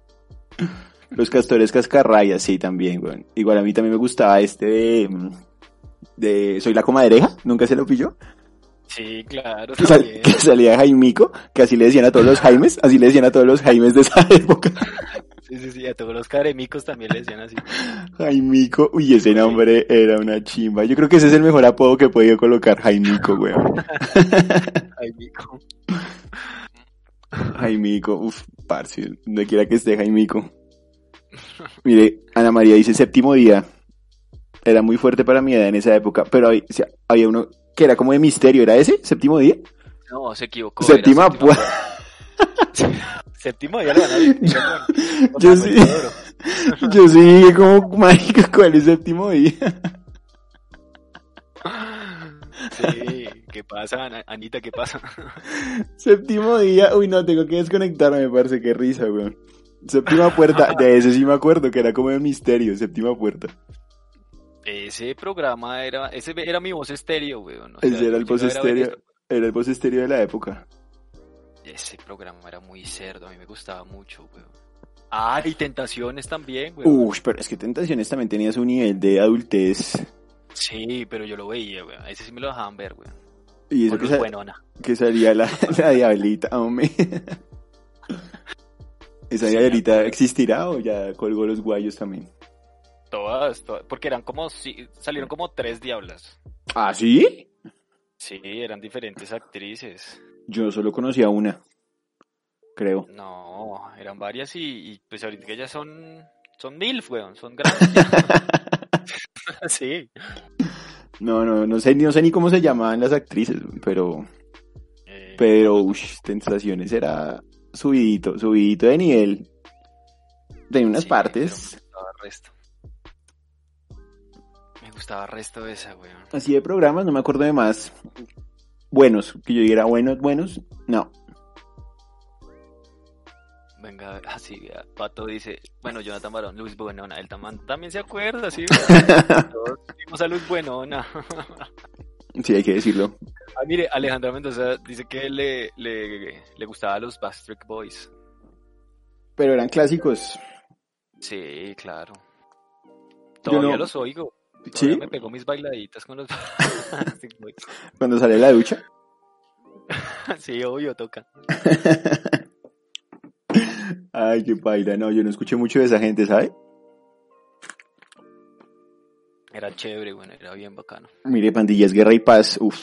Speaker 1: Los castores cascarrayas, sí, también, weón. Igual a mí también me gustaba este de, mm, de Soy la comadreja, nunca se lo pilló.
Speaker 2: Sí, claro,
Speaker 1: Que, sal-
Speaker 2: también.
Speaker 1: que salía Jaimico, que así le decían a todos los Jaimes, así le decían a todos los Jaimes de esa época.
Speaker 2: Sí, sí, sí, a todos los caremicos también le decían así.
Speaker 1: Jaimico, uy, ese nombre era una chimba. Yo creo que ese es el mejor apodo que he podido colocar, Jaimico, weón.
Speaker 2: Jaimico.
Speaker 1: Jaimico, uff, parce, donde quiera que esté Jaimico. Mire, Ana María dice séptimo día. Era muy fuerte para mi edad en esa época, pero hay- o sea, había uno que era como de misterio, ¿era ese? ¿Séptimo día?
Speaker 2: No, se equivocó. era
Speaker 1: Séptima,
Speaker 2: séptima.
Speaker 1: pues.
Speaker 2: Séptimo ya lo van a decir.
Speaker 1: Yo-
Speaker 2: Bueno,
Speaker 1: yo
Speaker 2: bueno,
Speaker 1: sí.
Speaker 2: bueno,
Speaker 1: Yo sí dije como, marica, ¿cuál es séptimo día?
Speaker 2: Sí, ¿qué pasa, Ana- Anita? ¿Qué pasa?
Speaker 1: Séptimo día, uy no, tengo que desconectarme, parce, qué risa, weón. Séptima puerta, de ese sí me acuerdo, que era como de misterio, séptima puerta.
Speaker 2: Ese programa era, ese era mi voz estéreo, weón. o sea,
Speaker 1: Ese era el
Speaker 2: yo
Speaker 1: voz
Speaker 2: llegaba a ver
Speaker 1: estéreo, era el voz estéreo de la época.
Speaker 2: eso. Ese programa era muy cerdo, a mí me gustaba mucho, weón. Ah, y Tentaciones también, weón.
Speaker 1: Uy, pero es que Tentaciones también tenía su nivel de adultez.
Speaker 2: Sí, pero yo lo veía, weón. Ese sí me lo dejaban ver, weón.
Speaker 1: Y eso
Speaker 2: Con
Speaker 1: que,
Speaker 2: luz
Speaker 1: sa-
Speaker 2: buenona.
Speaker 1: que salía la, la diablita, hombre. ¿Esa
Speaker 2: Sí,
Speaker 1: diablita
Speaker 2: claro.
Speaker 1: existirá o ya colgó los guayos también?
Speaker 2: Todas, todas, porque eran como, si- salieron como tres diablas.
Speaker 1: ¿Ah, sí?
Speaker 2: Sí, eran diferentes actrices.
Speaker 1: Yo solo conocía una, creo.
Speaker 2: No, eran varias y, y, pues ahorita que ya son, son mil, weón, son grandes. ya. sí,
Speaker 1: No, no, no sé, no sé ni cómo se llamaban las actrices, pero...
Speaker 2: eh,
Speaker 1: Pero, uff, Tentaciones era subidito, subidito de nivel. De unas
Speaker 2: sí,
Speaker 1: partes.
Speaker 2: pero Me gustaba resto. Me gustaba resto esa, weón.
Speaker 1: Así de programas, no me acuerdo de más. Buenos, que yo dijera buenos, buenos. No.
Speaker 2: Venga, así, vea, Pato dice, bueno, Jonathan Barón, Luis Buenona, él también, también se acuerda, sí, weón. Todos vimos a Luis Buenona.
Speaker 1: Sí, hay que decirlo.
Speaker 2: Ah, mire, Alejandra Mendoza dice que le, le, le gustaba los Backstreet Boys.
Speaker 1: Pero eran clásicos.
Speaker 2: Sí, claro.
Speaker 1: Yo
Speaker 2: Todavía
Speaker 1: no-
Speaker 2: los oigo. Todavía
Speaker 1: Sí,
Speaker 2: me pegó mis bailaditas con los Backstreet Boys.
Speaker 1: cuando sale la ducha.
Speaker 2: Sí, obvio, toca.
Speaker 1: Ay, qué paila. No, yo no escuché mucho de esa gente, ¿sabe?
Speaker 2: Era chévere, bueno, era bien bacano.
Speaker 1: Mire, Pandillas, Guerra y Paz. Uf.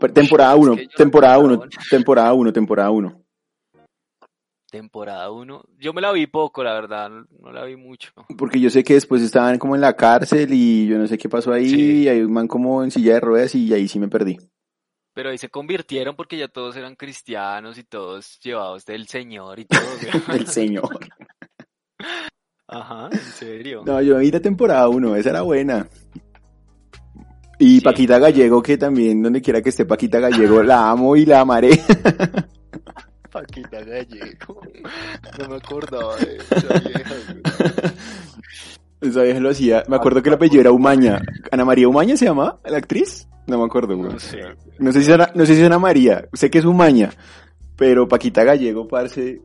Speaker 1: Pero Temporada
Speaker 2: Uy, es
Speaker 1: 1,
Speaker 2: que yo-
Speaker 1: temporada 1, temporada 1, temporada 1.
Speaker 2: Temporada 1. Yo me la vi poco, la verdad, no la vi mucho.
Speaker 1: Porque yo sé que después estaban como en la cárcel y yo no sé qué pasó ahí.
Speaker 2: Sí.
Speaker 1: Y hay un man como en silla de ruedas y ahí sí me perdí.
Speaker 2: Pero ahí se convirtieron porque ya todos eran cristianos y todos llevados del Señor y todo. güey.
Speaker 1: El señor.
Speaker 2: Ajá, en serio.
Speaker 1: No, yo vi la temporada 1, esa era buena. Y
Speaker 2: Sí.
Speaker 1: Paquita Gallego, que también donde quiera que esté Paquita Gallego, la amo y la amaré.
Speaker 2: Paquita Gallego. No me eh, acordaba de esa vieja. güey.
Speaker 1: Esa vieja lo hacía. Me acuerdo que el apellido era Umaña. ¿Ana María Umaña se llamaba la actriz? No me acuerdo, güey.
Speaker 2: No sé.
Speaker 1: No sé si es Ana, no sé si es Ana María, sé que es Umaña. Pero Paquita Gallego, parce,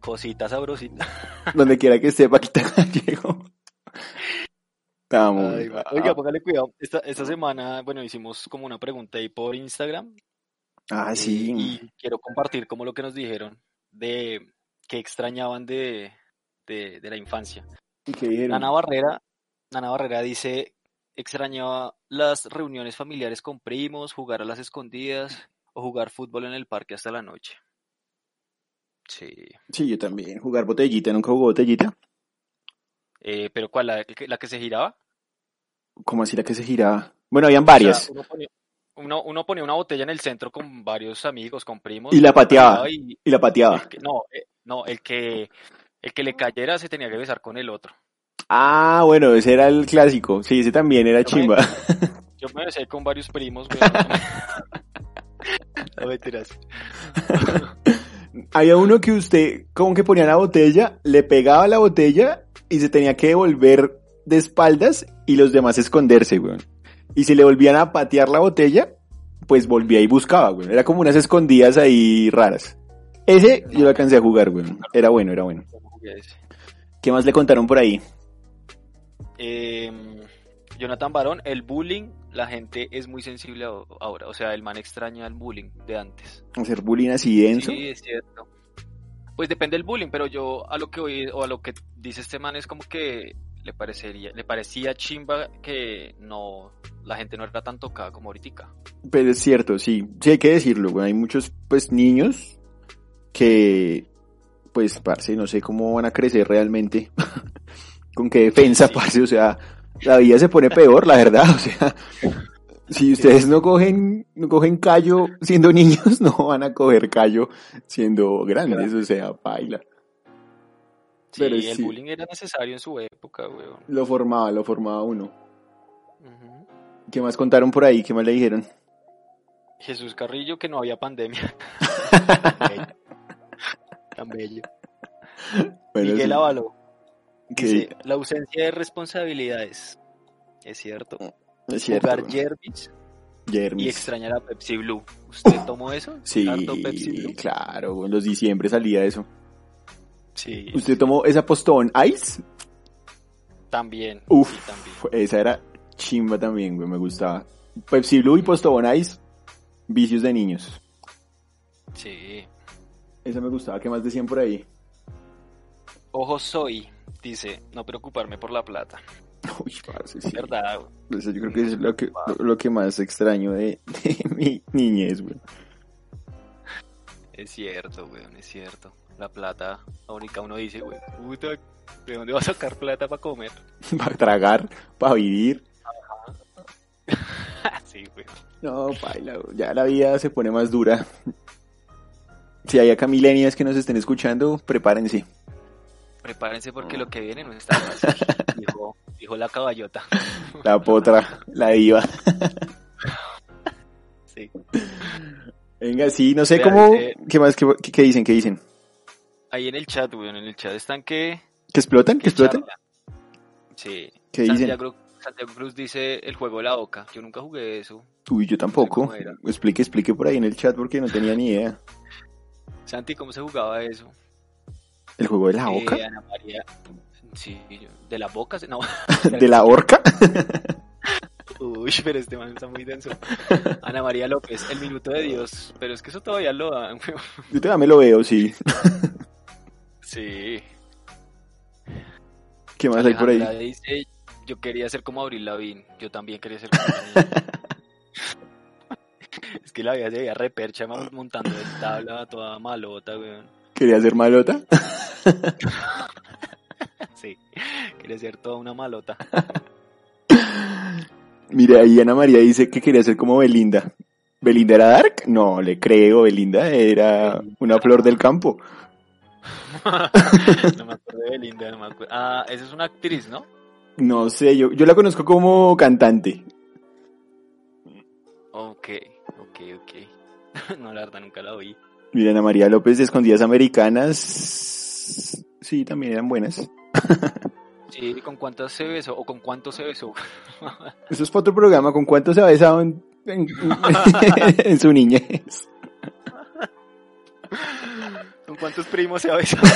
Speaker 2: Cosita sabrosita.
Speaker 1: donde quiera que esté Paquita Gallego. La amo.
Speaker 2: Ay, ah.
Speaker 1: güey. pues,
Speaker 2: güey. Oiga, póngale cuidado. Esta, esta semana, bueno, hicimos como una pregunta ahí por Instagram.
Speaker 1: ah,
Speaker 2: eh,
Speaker 1: sí.
Speaker 2: Y quiero compartir como lo que nos dijeron de qué extrañaban de, de, de la infancia.
Speaker 1: ¿Y qué dijeron?
Speaker 2: Nana Barrera, Nana Barrera dice, extrañaba las reuniones familiares con primos, jugar a las escondidas o jugar fútbol en el parque hasta la noche. Sí.
Speaker 1: Sí, yo también. Jugar botellita, nunca jugó botellita.
Speaker 2: Eh, ¿Pero cuál? ¿La, que- la que se giraba?
Speaker 1: ¿Cómo así la que se giraba? Bueno, habían
Speaker 2: O sea,
Speaker 1: varias.
Speaker 2: uno, ponía, uno- uno ponía una botella en el centro con varios amigos, con primos.
Speaker 1: Y la pateaba. Ah.
Speaker 2: y-
Speaker 1: Y la pateaba.
Speaker 2: el que- no, eh, no, el que, el que le cayera se tenía que besar con el otro.
Speaker 1: Ah, bueno, ese era el clásico. Sí, ese también era chimba.
Speaker 2: Yo me besé con varios primos, weón. No mentiras.
Speaker 1: Había uno que usted, como que ponía la botella, le pegaba la botella y se tenía que devolver de espaldas y los demás esconderse, weón. Y si le volvían a patear la botella, pues volvía y buscaba, weón. Era como unas escondidas ahí raras. Ese yo lo alcancé a jugar, weón. Era bueno, era bueno.
Speaker 2: ¿Cómo jugué ese?
Speaker 1: ¿Qué más le contaron por ahí?
Speaker 2: Eh, Jonathan Barón, el bullying, la gente es muy sensible a- ahora. O sea, el man extraña el bullying de antes.
Speaker 1: Hacer bullying así denso.
Speaker 2: Sí, es cierto. Pues depende del bullying, pero yo a lo que oí o a lo que dice este man es como que le parecería, le parecía chimba que no, la gente no era tan tocada como ahorita.
Speaker 1: Pero es cierto, sí, sí hay que decirlo, güey. Hay muchos, pues, niños que, pues, parce, no sé cómo van a crecer realmente. Con qué defensa,
Speaker 2: Sí.
Speaker 1: parce, o sea, la vida se pone peor, la verdad, o sea. Si ustedes no cogen, no cogen callo siendo niños, no van a coger callo siendo grandes, o sea, baila.
Speaker 2: Sí,
Speaker 1: Pero
Speaker 2: el
Speaker 1: sí.
Speaker 2: bullying era necesario en su época, weón.
Speaker 1: Lo formaba, lo formaba uno.
Speaker 2: Ujú.
Speaker 1: ¿Qué más contaron por ahí? ¿Qué más le dijeron?
Speaker 2: Jesús Carrillo que no había pandemia. Bello. Tan bello.
Speaker 1: Bueno,
Speaker 2: Miguel
Speaker 1: sí,
Speaker 2: Ávalo
Speaker 1: que-
Speaker 2: dice, la ausencia de responsabilidades. Es cierto.
Speaker 1: es cierto,
Speaker 2: Jugar
Speaker 1: güey.
Speaker 2: Jervis
Speaker 1: Yermis.
Speaker 2: y extrañar a Pepsi Blue. ¿Usted tomó eso?
Speaker 1: Sí,
Speaker 2: ¿Harto Pepsi Blue?
Speaker 1: claro, güey, en los diciembre salía eso.
Speaker 2: Sí.
Speaker 1: ¿Usted tomó esa postón Ice?
Speaker 2: También.
Speaker 1: Uf,
Speaker 2: sí, también.
Speaker 1: esa era chimba también, güey, me gustaba. Pepsi Blue y postón Ice, vicios de niños.
Speaker 2: Sí.
Speaker 1: Esa me gustaba, ¿qué más decían por ahí?
Speaker 2: Ojo soy, dice, no preocuparme por la plata.
Speaker 1: Uy, parce, sí. Pues
Speaker 2: ¿Verdad? güey?
Speaker 1: Eso yo creo que es lo que, lo, lo que más extraño de, de mi niñez, güey.
Speaker 2: Es cierto, weón, es cierto. La plata, ahorita uno dice, weón, puta, ¿de dónde va a sacar plata para comer?
Speaker 1: Para tragar, para vivir.
Speaker 2: sí, weón.
Speaker 1: No, paila, güey, ya la vida se pone más dura. Si hay acá milenias que nos estén escuchando, prepárense.
Speaker 2: Prepárense porque lo que viene no está fácil. dijo, dijo la caballota.
Speaker 1: La potra, la diva.
Speaker 2: Sí.
Speaker 1: Venga, sí, no sé
Speaker 2: Vean,
Speaker 1: cómo.
Speaker 2: eh,
Speaker 1: ¿Qué más? ¿Qué, qué- qué dicen? ¿Qué dicen?
Speaker 2: Ahí en el chat, weón, en el chat están que...
Speaker 1: ¿Que explotan? ¿Que
Speaker 2: que
Speaker 1: explotan?
Speaker 2: charlan. Sí.
Speaker 1: ¿Qué dicen?
Speaker 2: Santiago, Santiago Cruz dice el juego de la oca. Yo nunca jugué eso.
Speaker 1: Uy, yo tampoco.
Speaker 2: cómo era.
Speaker 1: Explique, explique por ahí en el chat porque no tenía ni idea.
Speaker 2: Santi, ¿cómo se jugaba eso?
Speaker 1: ¿El juego de la
Speaker 2: Eh,
Speaker 1: oca?
Speaker 2: Ana María. Sí, de la boca, se- no.
Speaker 1: ¿De la orca?
Speaker 2: Uy, pero este man está muy denso. Ana María López, el minuto de Dios. Pero es que eso todavía lo dan, weón.
Speaker 1: Yo todavía me lo veo, sí.
Speaker 2: Sí.
Speaker 1: ¿Qué más hay por ahí?
Speaker 2: Alejandra dice, yo quería ser como Abril Lavín. Yo también quería ser como Avril Lavigne". Es que la vida se veía repercha
Speaker 1: Ah.
Speaker 2: man, montando en tabla toda malota, weón.
Speaker 1: ¿Quería ser malota?
Speaker 2: Sí, quería ser toda una malota.
Speaker 1: Mire, ahí Ana María dice que quería ser como Belinda. ¿Belinda era Dark? No, le creo, Belinda era una flor del campo.
Speaker 2: No me acuerdo de Belinda, no me acuerdo. Ah, esa es una actriz, ¿no?
Speaker 1: No sé, yo, yo la conozco como cantante.
Speaker 2: Ok, ok, ok. No, la verdad, nunca la oí.
Speaker 1: Mira, Ana María López de Escondidas Americanas. Sí, también eran buenas.
Speaker 2: Sí, ¿y ¿con cuántas se besó? ¿O con cuánto se besó?
Speaker 1: Eso es para otro programa. ¿Con cuánto se ha besado en, en- en su niñez?
Speaker 2: ¿Con cuántos primos se ha besado?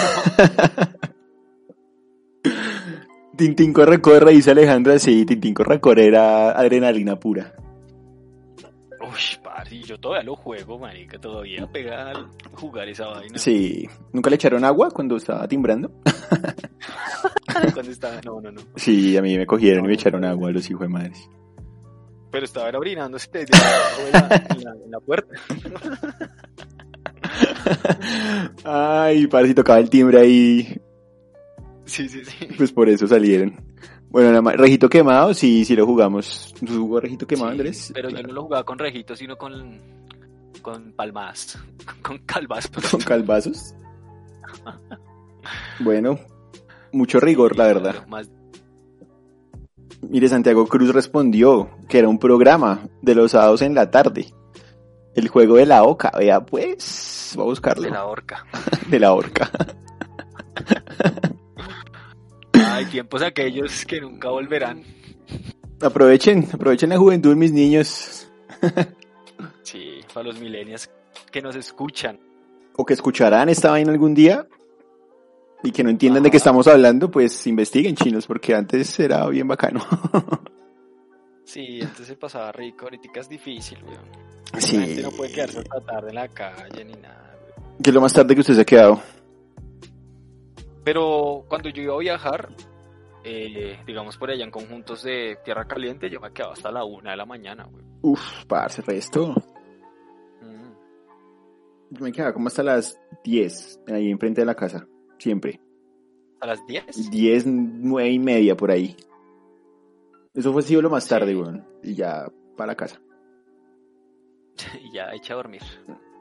Speaker 1: Tintín Corre Corre, dice Alejandra. Sí, Tintín Corre Corre era adrenalina pura.
Speaker 2: Uy, pari, yo todavía lo juego, marica. Todavía pegar, jugar esa vaina.
Speaker 1: Sí. ¿Nunca le echaron agua cuando estaba timbrando?
Speaker 2: Cuando estaba... No, no, no.
Speaker 1: Sí, a mí me cogieron y me echaron agua los hijos de madres.
Speaker 2: Pero estaba era orinándose desde abajo en la, en la- en la puerta.
Speaker 1: Ay, para si tocaba el timbre ahí,
Speaker 2: Sí, sí, sí.
Speaker 1: pues por eso salieron. Bueno, nada más, Rejito Quemado, sí, sí lo jugamos. ¿Tú jugó Rejito Quemado,
Speaker 2: Sí,
Speaker 1: Andrés?
Speaker 2: Pero
Speaker 1: Claro.
Speaker 2: yo no lo jugaba con rejitos, sino con, con palmas, con, con calvas.
Speaker 1: Con calvazos. Bueno, mucho rigor, la verdad.
Speaker 2: Más-
Speaker 1: Mire, Santiago Cruz respondió que era un programa de los sábados en la tarde. El juego de la oca, vea pues, voy a buscarlo.
Speaker 2: de la horca.
Speaker 1: De la orca.
Speaker 2: Hay tiempos aquellos que nunca volverán.
Speaker 1: Aprovechen, aprovechen la juventud, mis niños.
Speaker 2: Sí, para los millennials que nos escuchan.
Speaker 1: O que escucharán esta vaina algún día y que no entiendan de
Speaker 2: Ajá.
Speaker 1: qué estamos hablando, pues investiguen chinos, porque antes era bien bacano.
Speaker 2: Sí, antes se pasaba rico, ahorita es difícil, weón. La
Speaker 1: Sí.
Speaker 2: Este gente no puede quedarse hasta tarde en la calle ni nada, weón.
Speaker 1: ¿Qué es lo más tarde que usted se ha quedado?
Speaker 2: Pero cuando yo iba a viajar, eh, digamos por allá en conjuntos de Tierra Caliente, yo me quedaba hasta la una de la mañana, güey.
Speaker 1: Uf, parce, resto.
Speaker 2: Mm.
Speaker 1: Yo me quedaba como hasta las 10, ahí enfrente de la casa, siempre.
Speaker 2: ¿A las 10?
Speaker 1: 10, 9 y media por ahí. Eso fue sido lo más
Speaker 2: Sí.
Speaker 1: tarde, weón. Y ya para la casa.
Speaker 2: Y ya eché a dormir.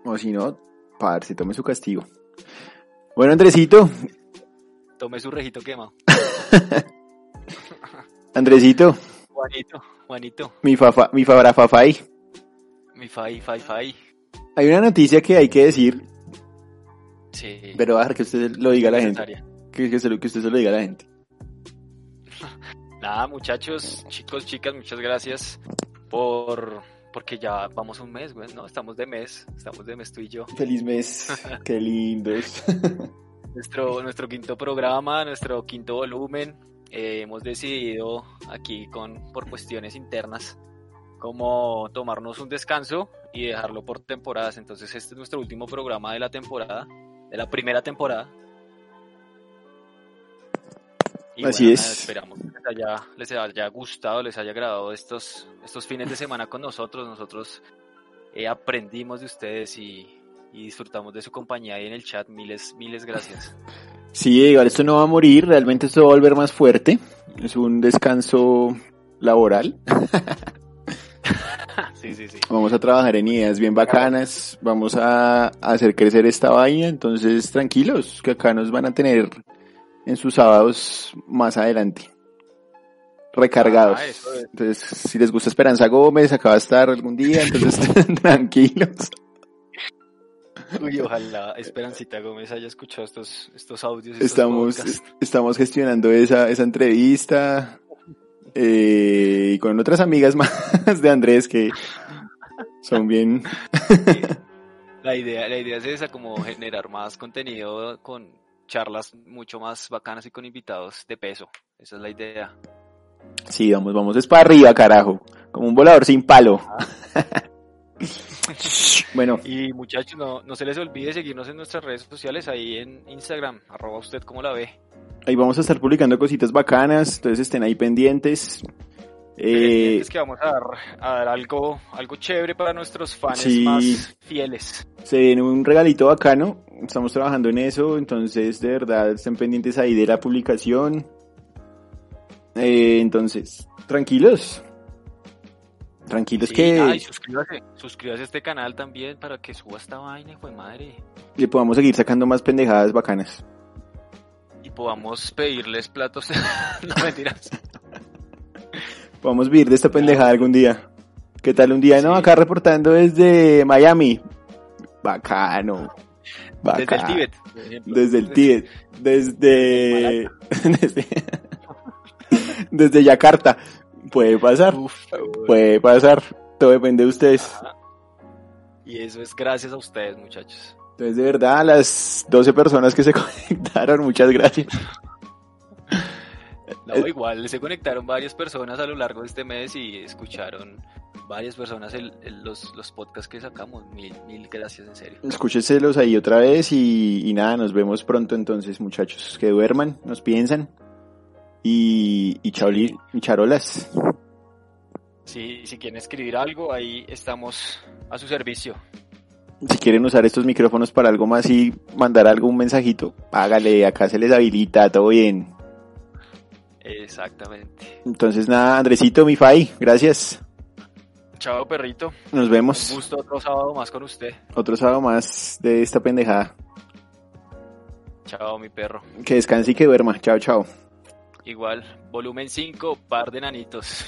Speaker 1: O si no, parce, tome su castigo. Bueno, Andresito,
Speaker 2: Tomé su rejito quemado.
Speaker 1: Andresito,
Speaker 2: Juanito, Juanito,
Speaker 1: mi fafa, mi fabrafafay.
Speaker 2: mi fai, fai, fai.
Speaker 1: Hay una noticia que hay que decir,
Speaker 2: Sí.
Speaker 1: pero voy a dejar que usted lo diga a la gente.
Speaker 2: necesaria.
Speaker 1: Que, que se lo, que usted se lo diga a la gente.
Speaker 2: Nada, muchachos, chicos, chicas, muchas gracias por... Porque ya vamos un mes, güey, ¿no? Estamos de mes, estamos de mes tú y yo.
Speaker 1: Feliz mes, qué lindos.
Speaker 2: Nuestro, nuestro quinto programa, nuestro quinto volumen. eh, hemos decidido aquí con por cuestiones internas como tomarnos un descanso y dejarlo por temporadas. Entonces este es nuestro último programa de la temporada, de la primera temporada. Y
Speaker 1: Así
Speaker 2: bueno,
Speaker 1: es.
Speaker 2: nada, Esperamos que les haya, les haya gustado, les haya agradado estos, estos fines de semana con nosotros. Nosotros eh, aprendimos de ustedes y, y disfrutamos de su compañía ahí en el chat. Miles, miles gracias.
Speaker 1: Sí, igual esto no va a morir, realmente esto va a volver más fuerte. Es un descanso laboral.
Speaker 2: sí, sí, sí.
Speaker 1: Vamos a trabajar en ideas bien bacanas, vamos a hacer crecer esta vaina, entonces tranquilos, que acá nos van a tener en sus sábados más adelante. Recargados.
Speaker 2: Ah, eso es.
Speaker 1: Entonces, si les gusta Esperanza Gómez, acá va a estar algún día, entonces tranquilos.
Speaker 2: Uy, ojalá Esperancita Gómez haya escuchado estos, estos audios. estos
Speaker 1: Estamos,
Speaker 2: podcasts.
Speaker 1: estamos gestionando esa, esa entrevista eh, y con otras amigas más de Andrés que son bien...
Speaker 2: La idea, la idea es esa, como generar más contenido con charlas mucho más bacanas y con invitados de peso. Esa es la idea.
Speaker 1: Sí, vamos, vamos, es para arriba, carajo. Como un volador sin palo. bueno,
Speaker 2: Y muchachos, no, no se les olvide seguirnos en nuestras redes sociales, ahí en Instagram, arroba usted como la ve.
Speaker 1: ahí vamos a estar publicando cositas bacanas, entonces estén ahí pendientes. Eh,
Speaker 2: es que vamos a dar, a dar algo, algo chévere para nuestros fans
Speaker 1: Sí.
Speaker 2: más fieles.
Speaker 1: se viene un regalito bacano, estamos trabajando en eso, entonces de verdad estén pendientes ahí de la publicación. Eh, entonces, tranquilos. Tranquilos
Speaker 2: Sí,
Speaker 1: que
Speaker 2: nada, y suscríbase, suscríbase a este canal también para que suba esta vaina, hijo de madre.
Speaker 1: que podamos seguir sacando más pendejadas bacanas.
Speaker 2: Y podamos pedirles platos. no mentiras.
Speaker 1: Podamos vivir de esta pendejada algún día. ¿Qué tal un día? No,
Speaker 2: Sí.
Speaker 1: acá reportando desde Miami. Bacano.
Speaker 2: Desde el
Speaker 1: Bacano.
Speaker 2: Tíbet. por ejemplo.
Speaker 1: Desde el Tíbet. Desde. Desde, desde Yakarta. Puede pasar.
Speaker 2: Uf,
Speaker 1: Puede pasar. Todo depende de ustedes.
Speaker 2: Y eso es gracias a ustedes, muchachos.
Speaker 1: Entonces, de verdad, a las 12 personas que se conectaron, muchas gracias.
Speaker 2: No,
Speaker 1: Eh.
Speaker 2: igual se conectaron varias personas a lo largo de este mes y escucharon varias personas el- el- los, los podcasts que sacamos. Mil, mil gracias, en serio.
Speaker 1: Escúcheselos ahí otra vez y, y nada, nos vemos pronto entonces, muchachos. Que duerman, nos piensan. Y, y, chaoli- y charolas.
Speaker 2: Si, si quieren escribir algo, ahí estamos a su servicio.
Speaker 1: Si quieren usar estos micrófonos para algo más y mandar algún mensajito, hágale, acá se les habilita, todo bien.
Speaker 2: Exactamente.
Speaker 1: Entonces nada, Andresito, mi Fai, gracias.
Speaker 2: Chao, perrito.
Speaker 1: Nos
Speaker 2: Un
Speaker 1: vemos
Speaker 2: gusto otro sábado más con usted.
Speaker 1: otro sábado más de esta pendejada.
Speaker 2: Chao, mi perro.
Speaker 1: Que descanse y que duerma. Chao, chao.
Speaker 2: Igual, volumen 5, par de nanitos.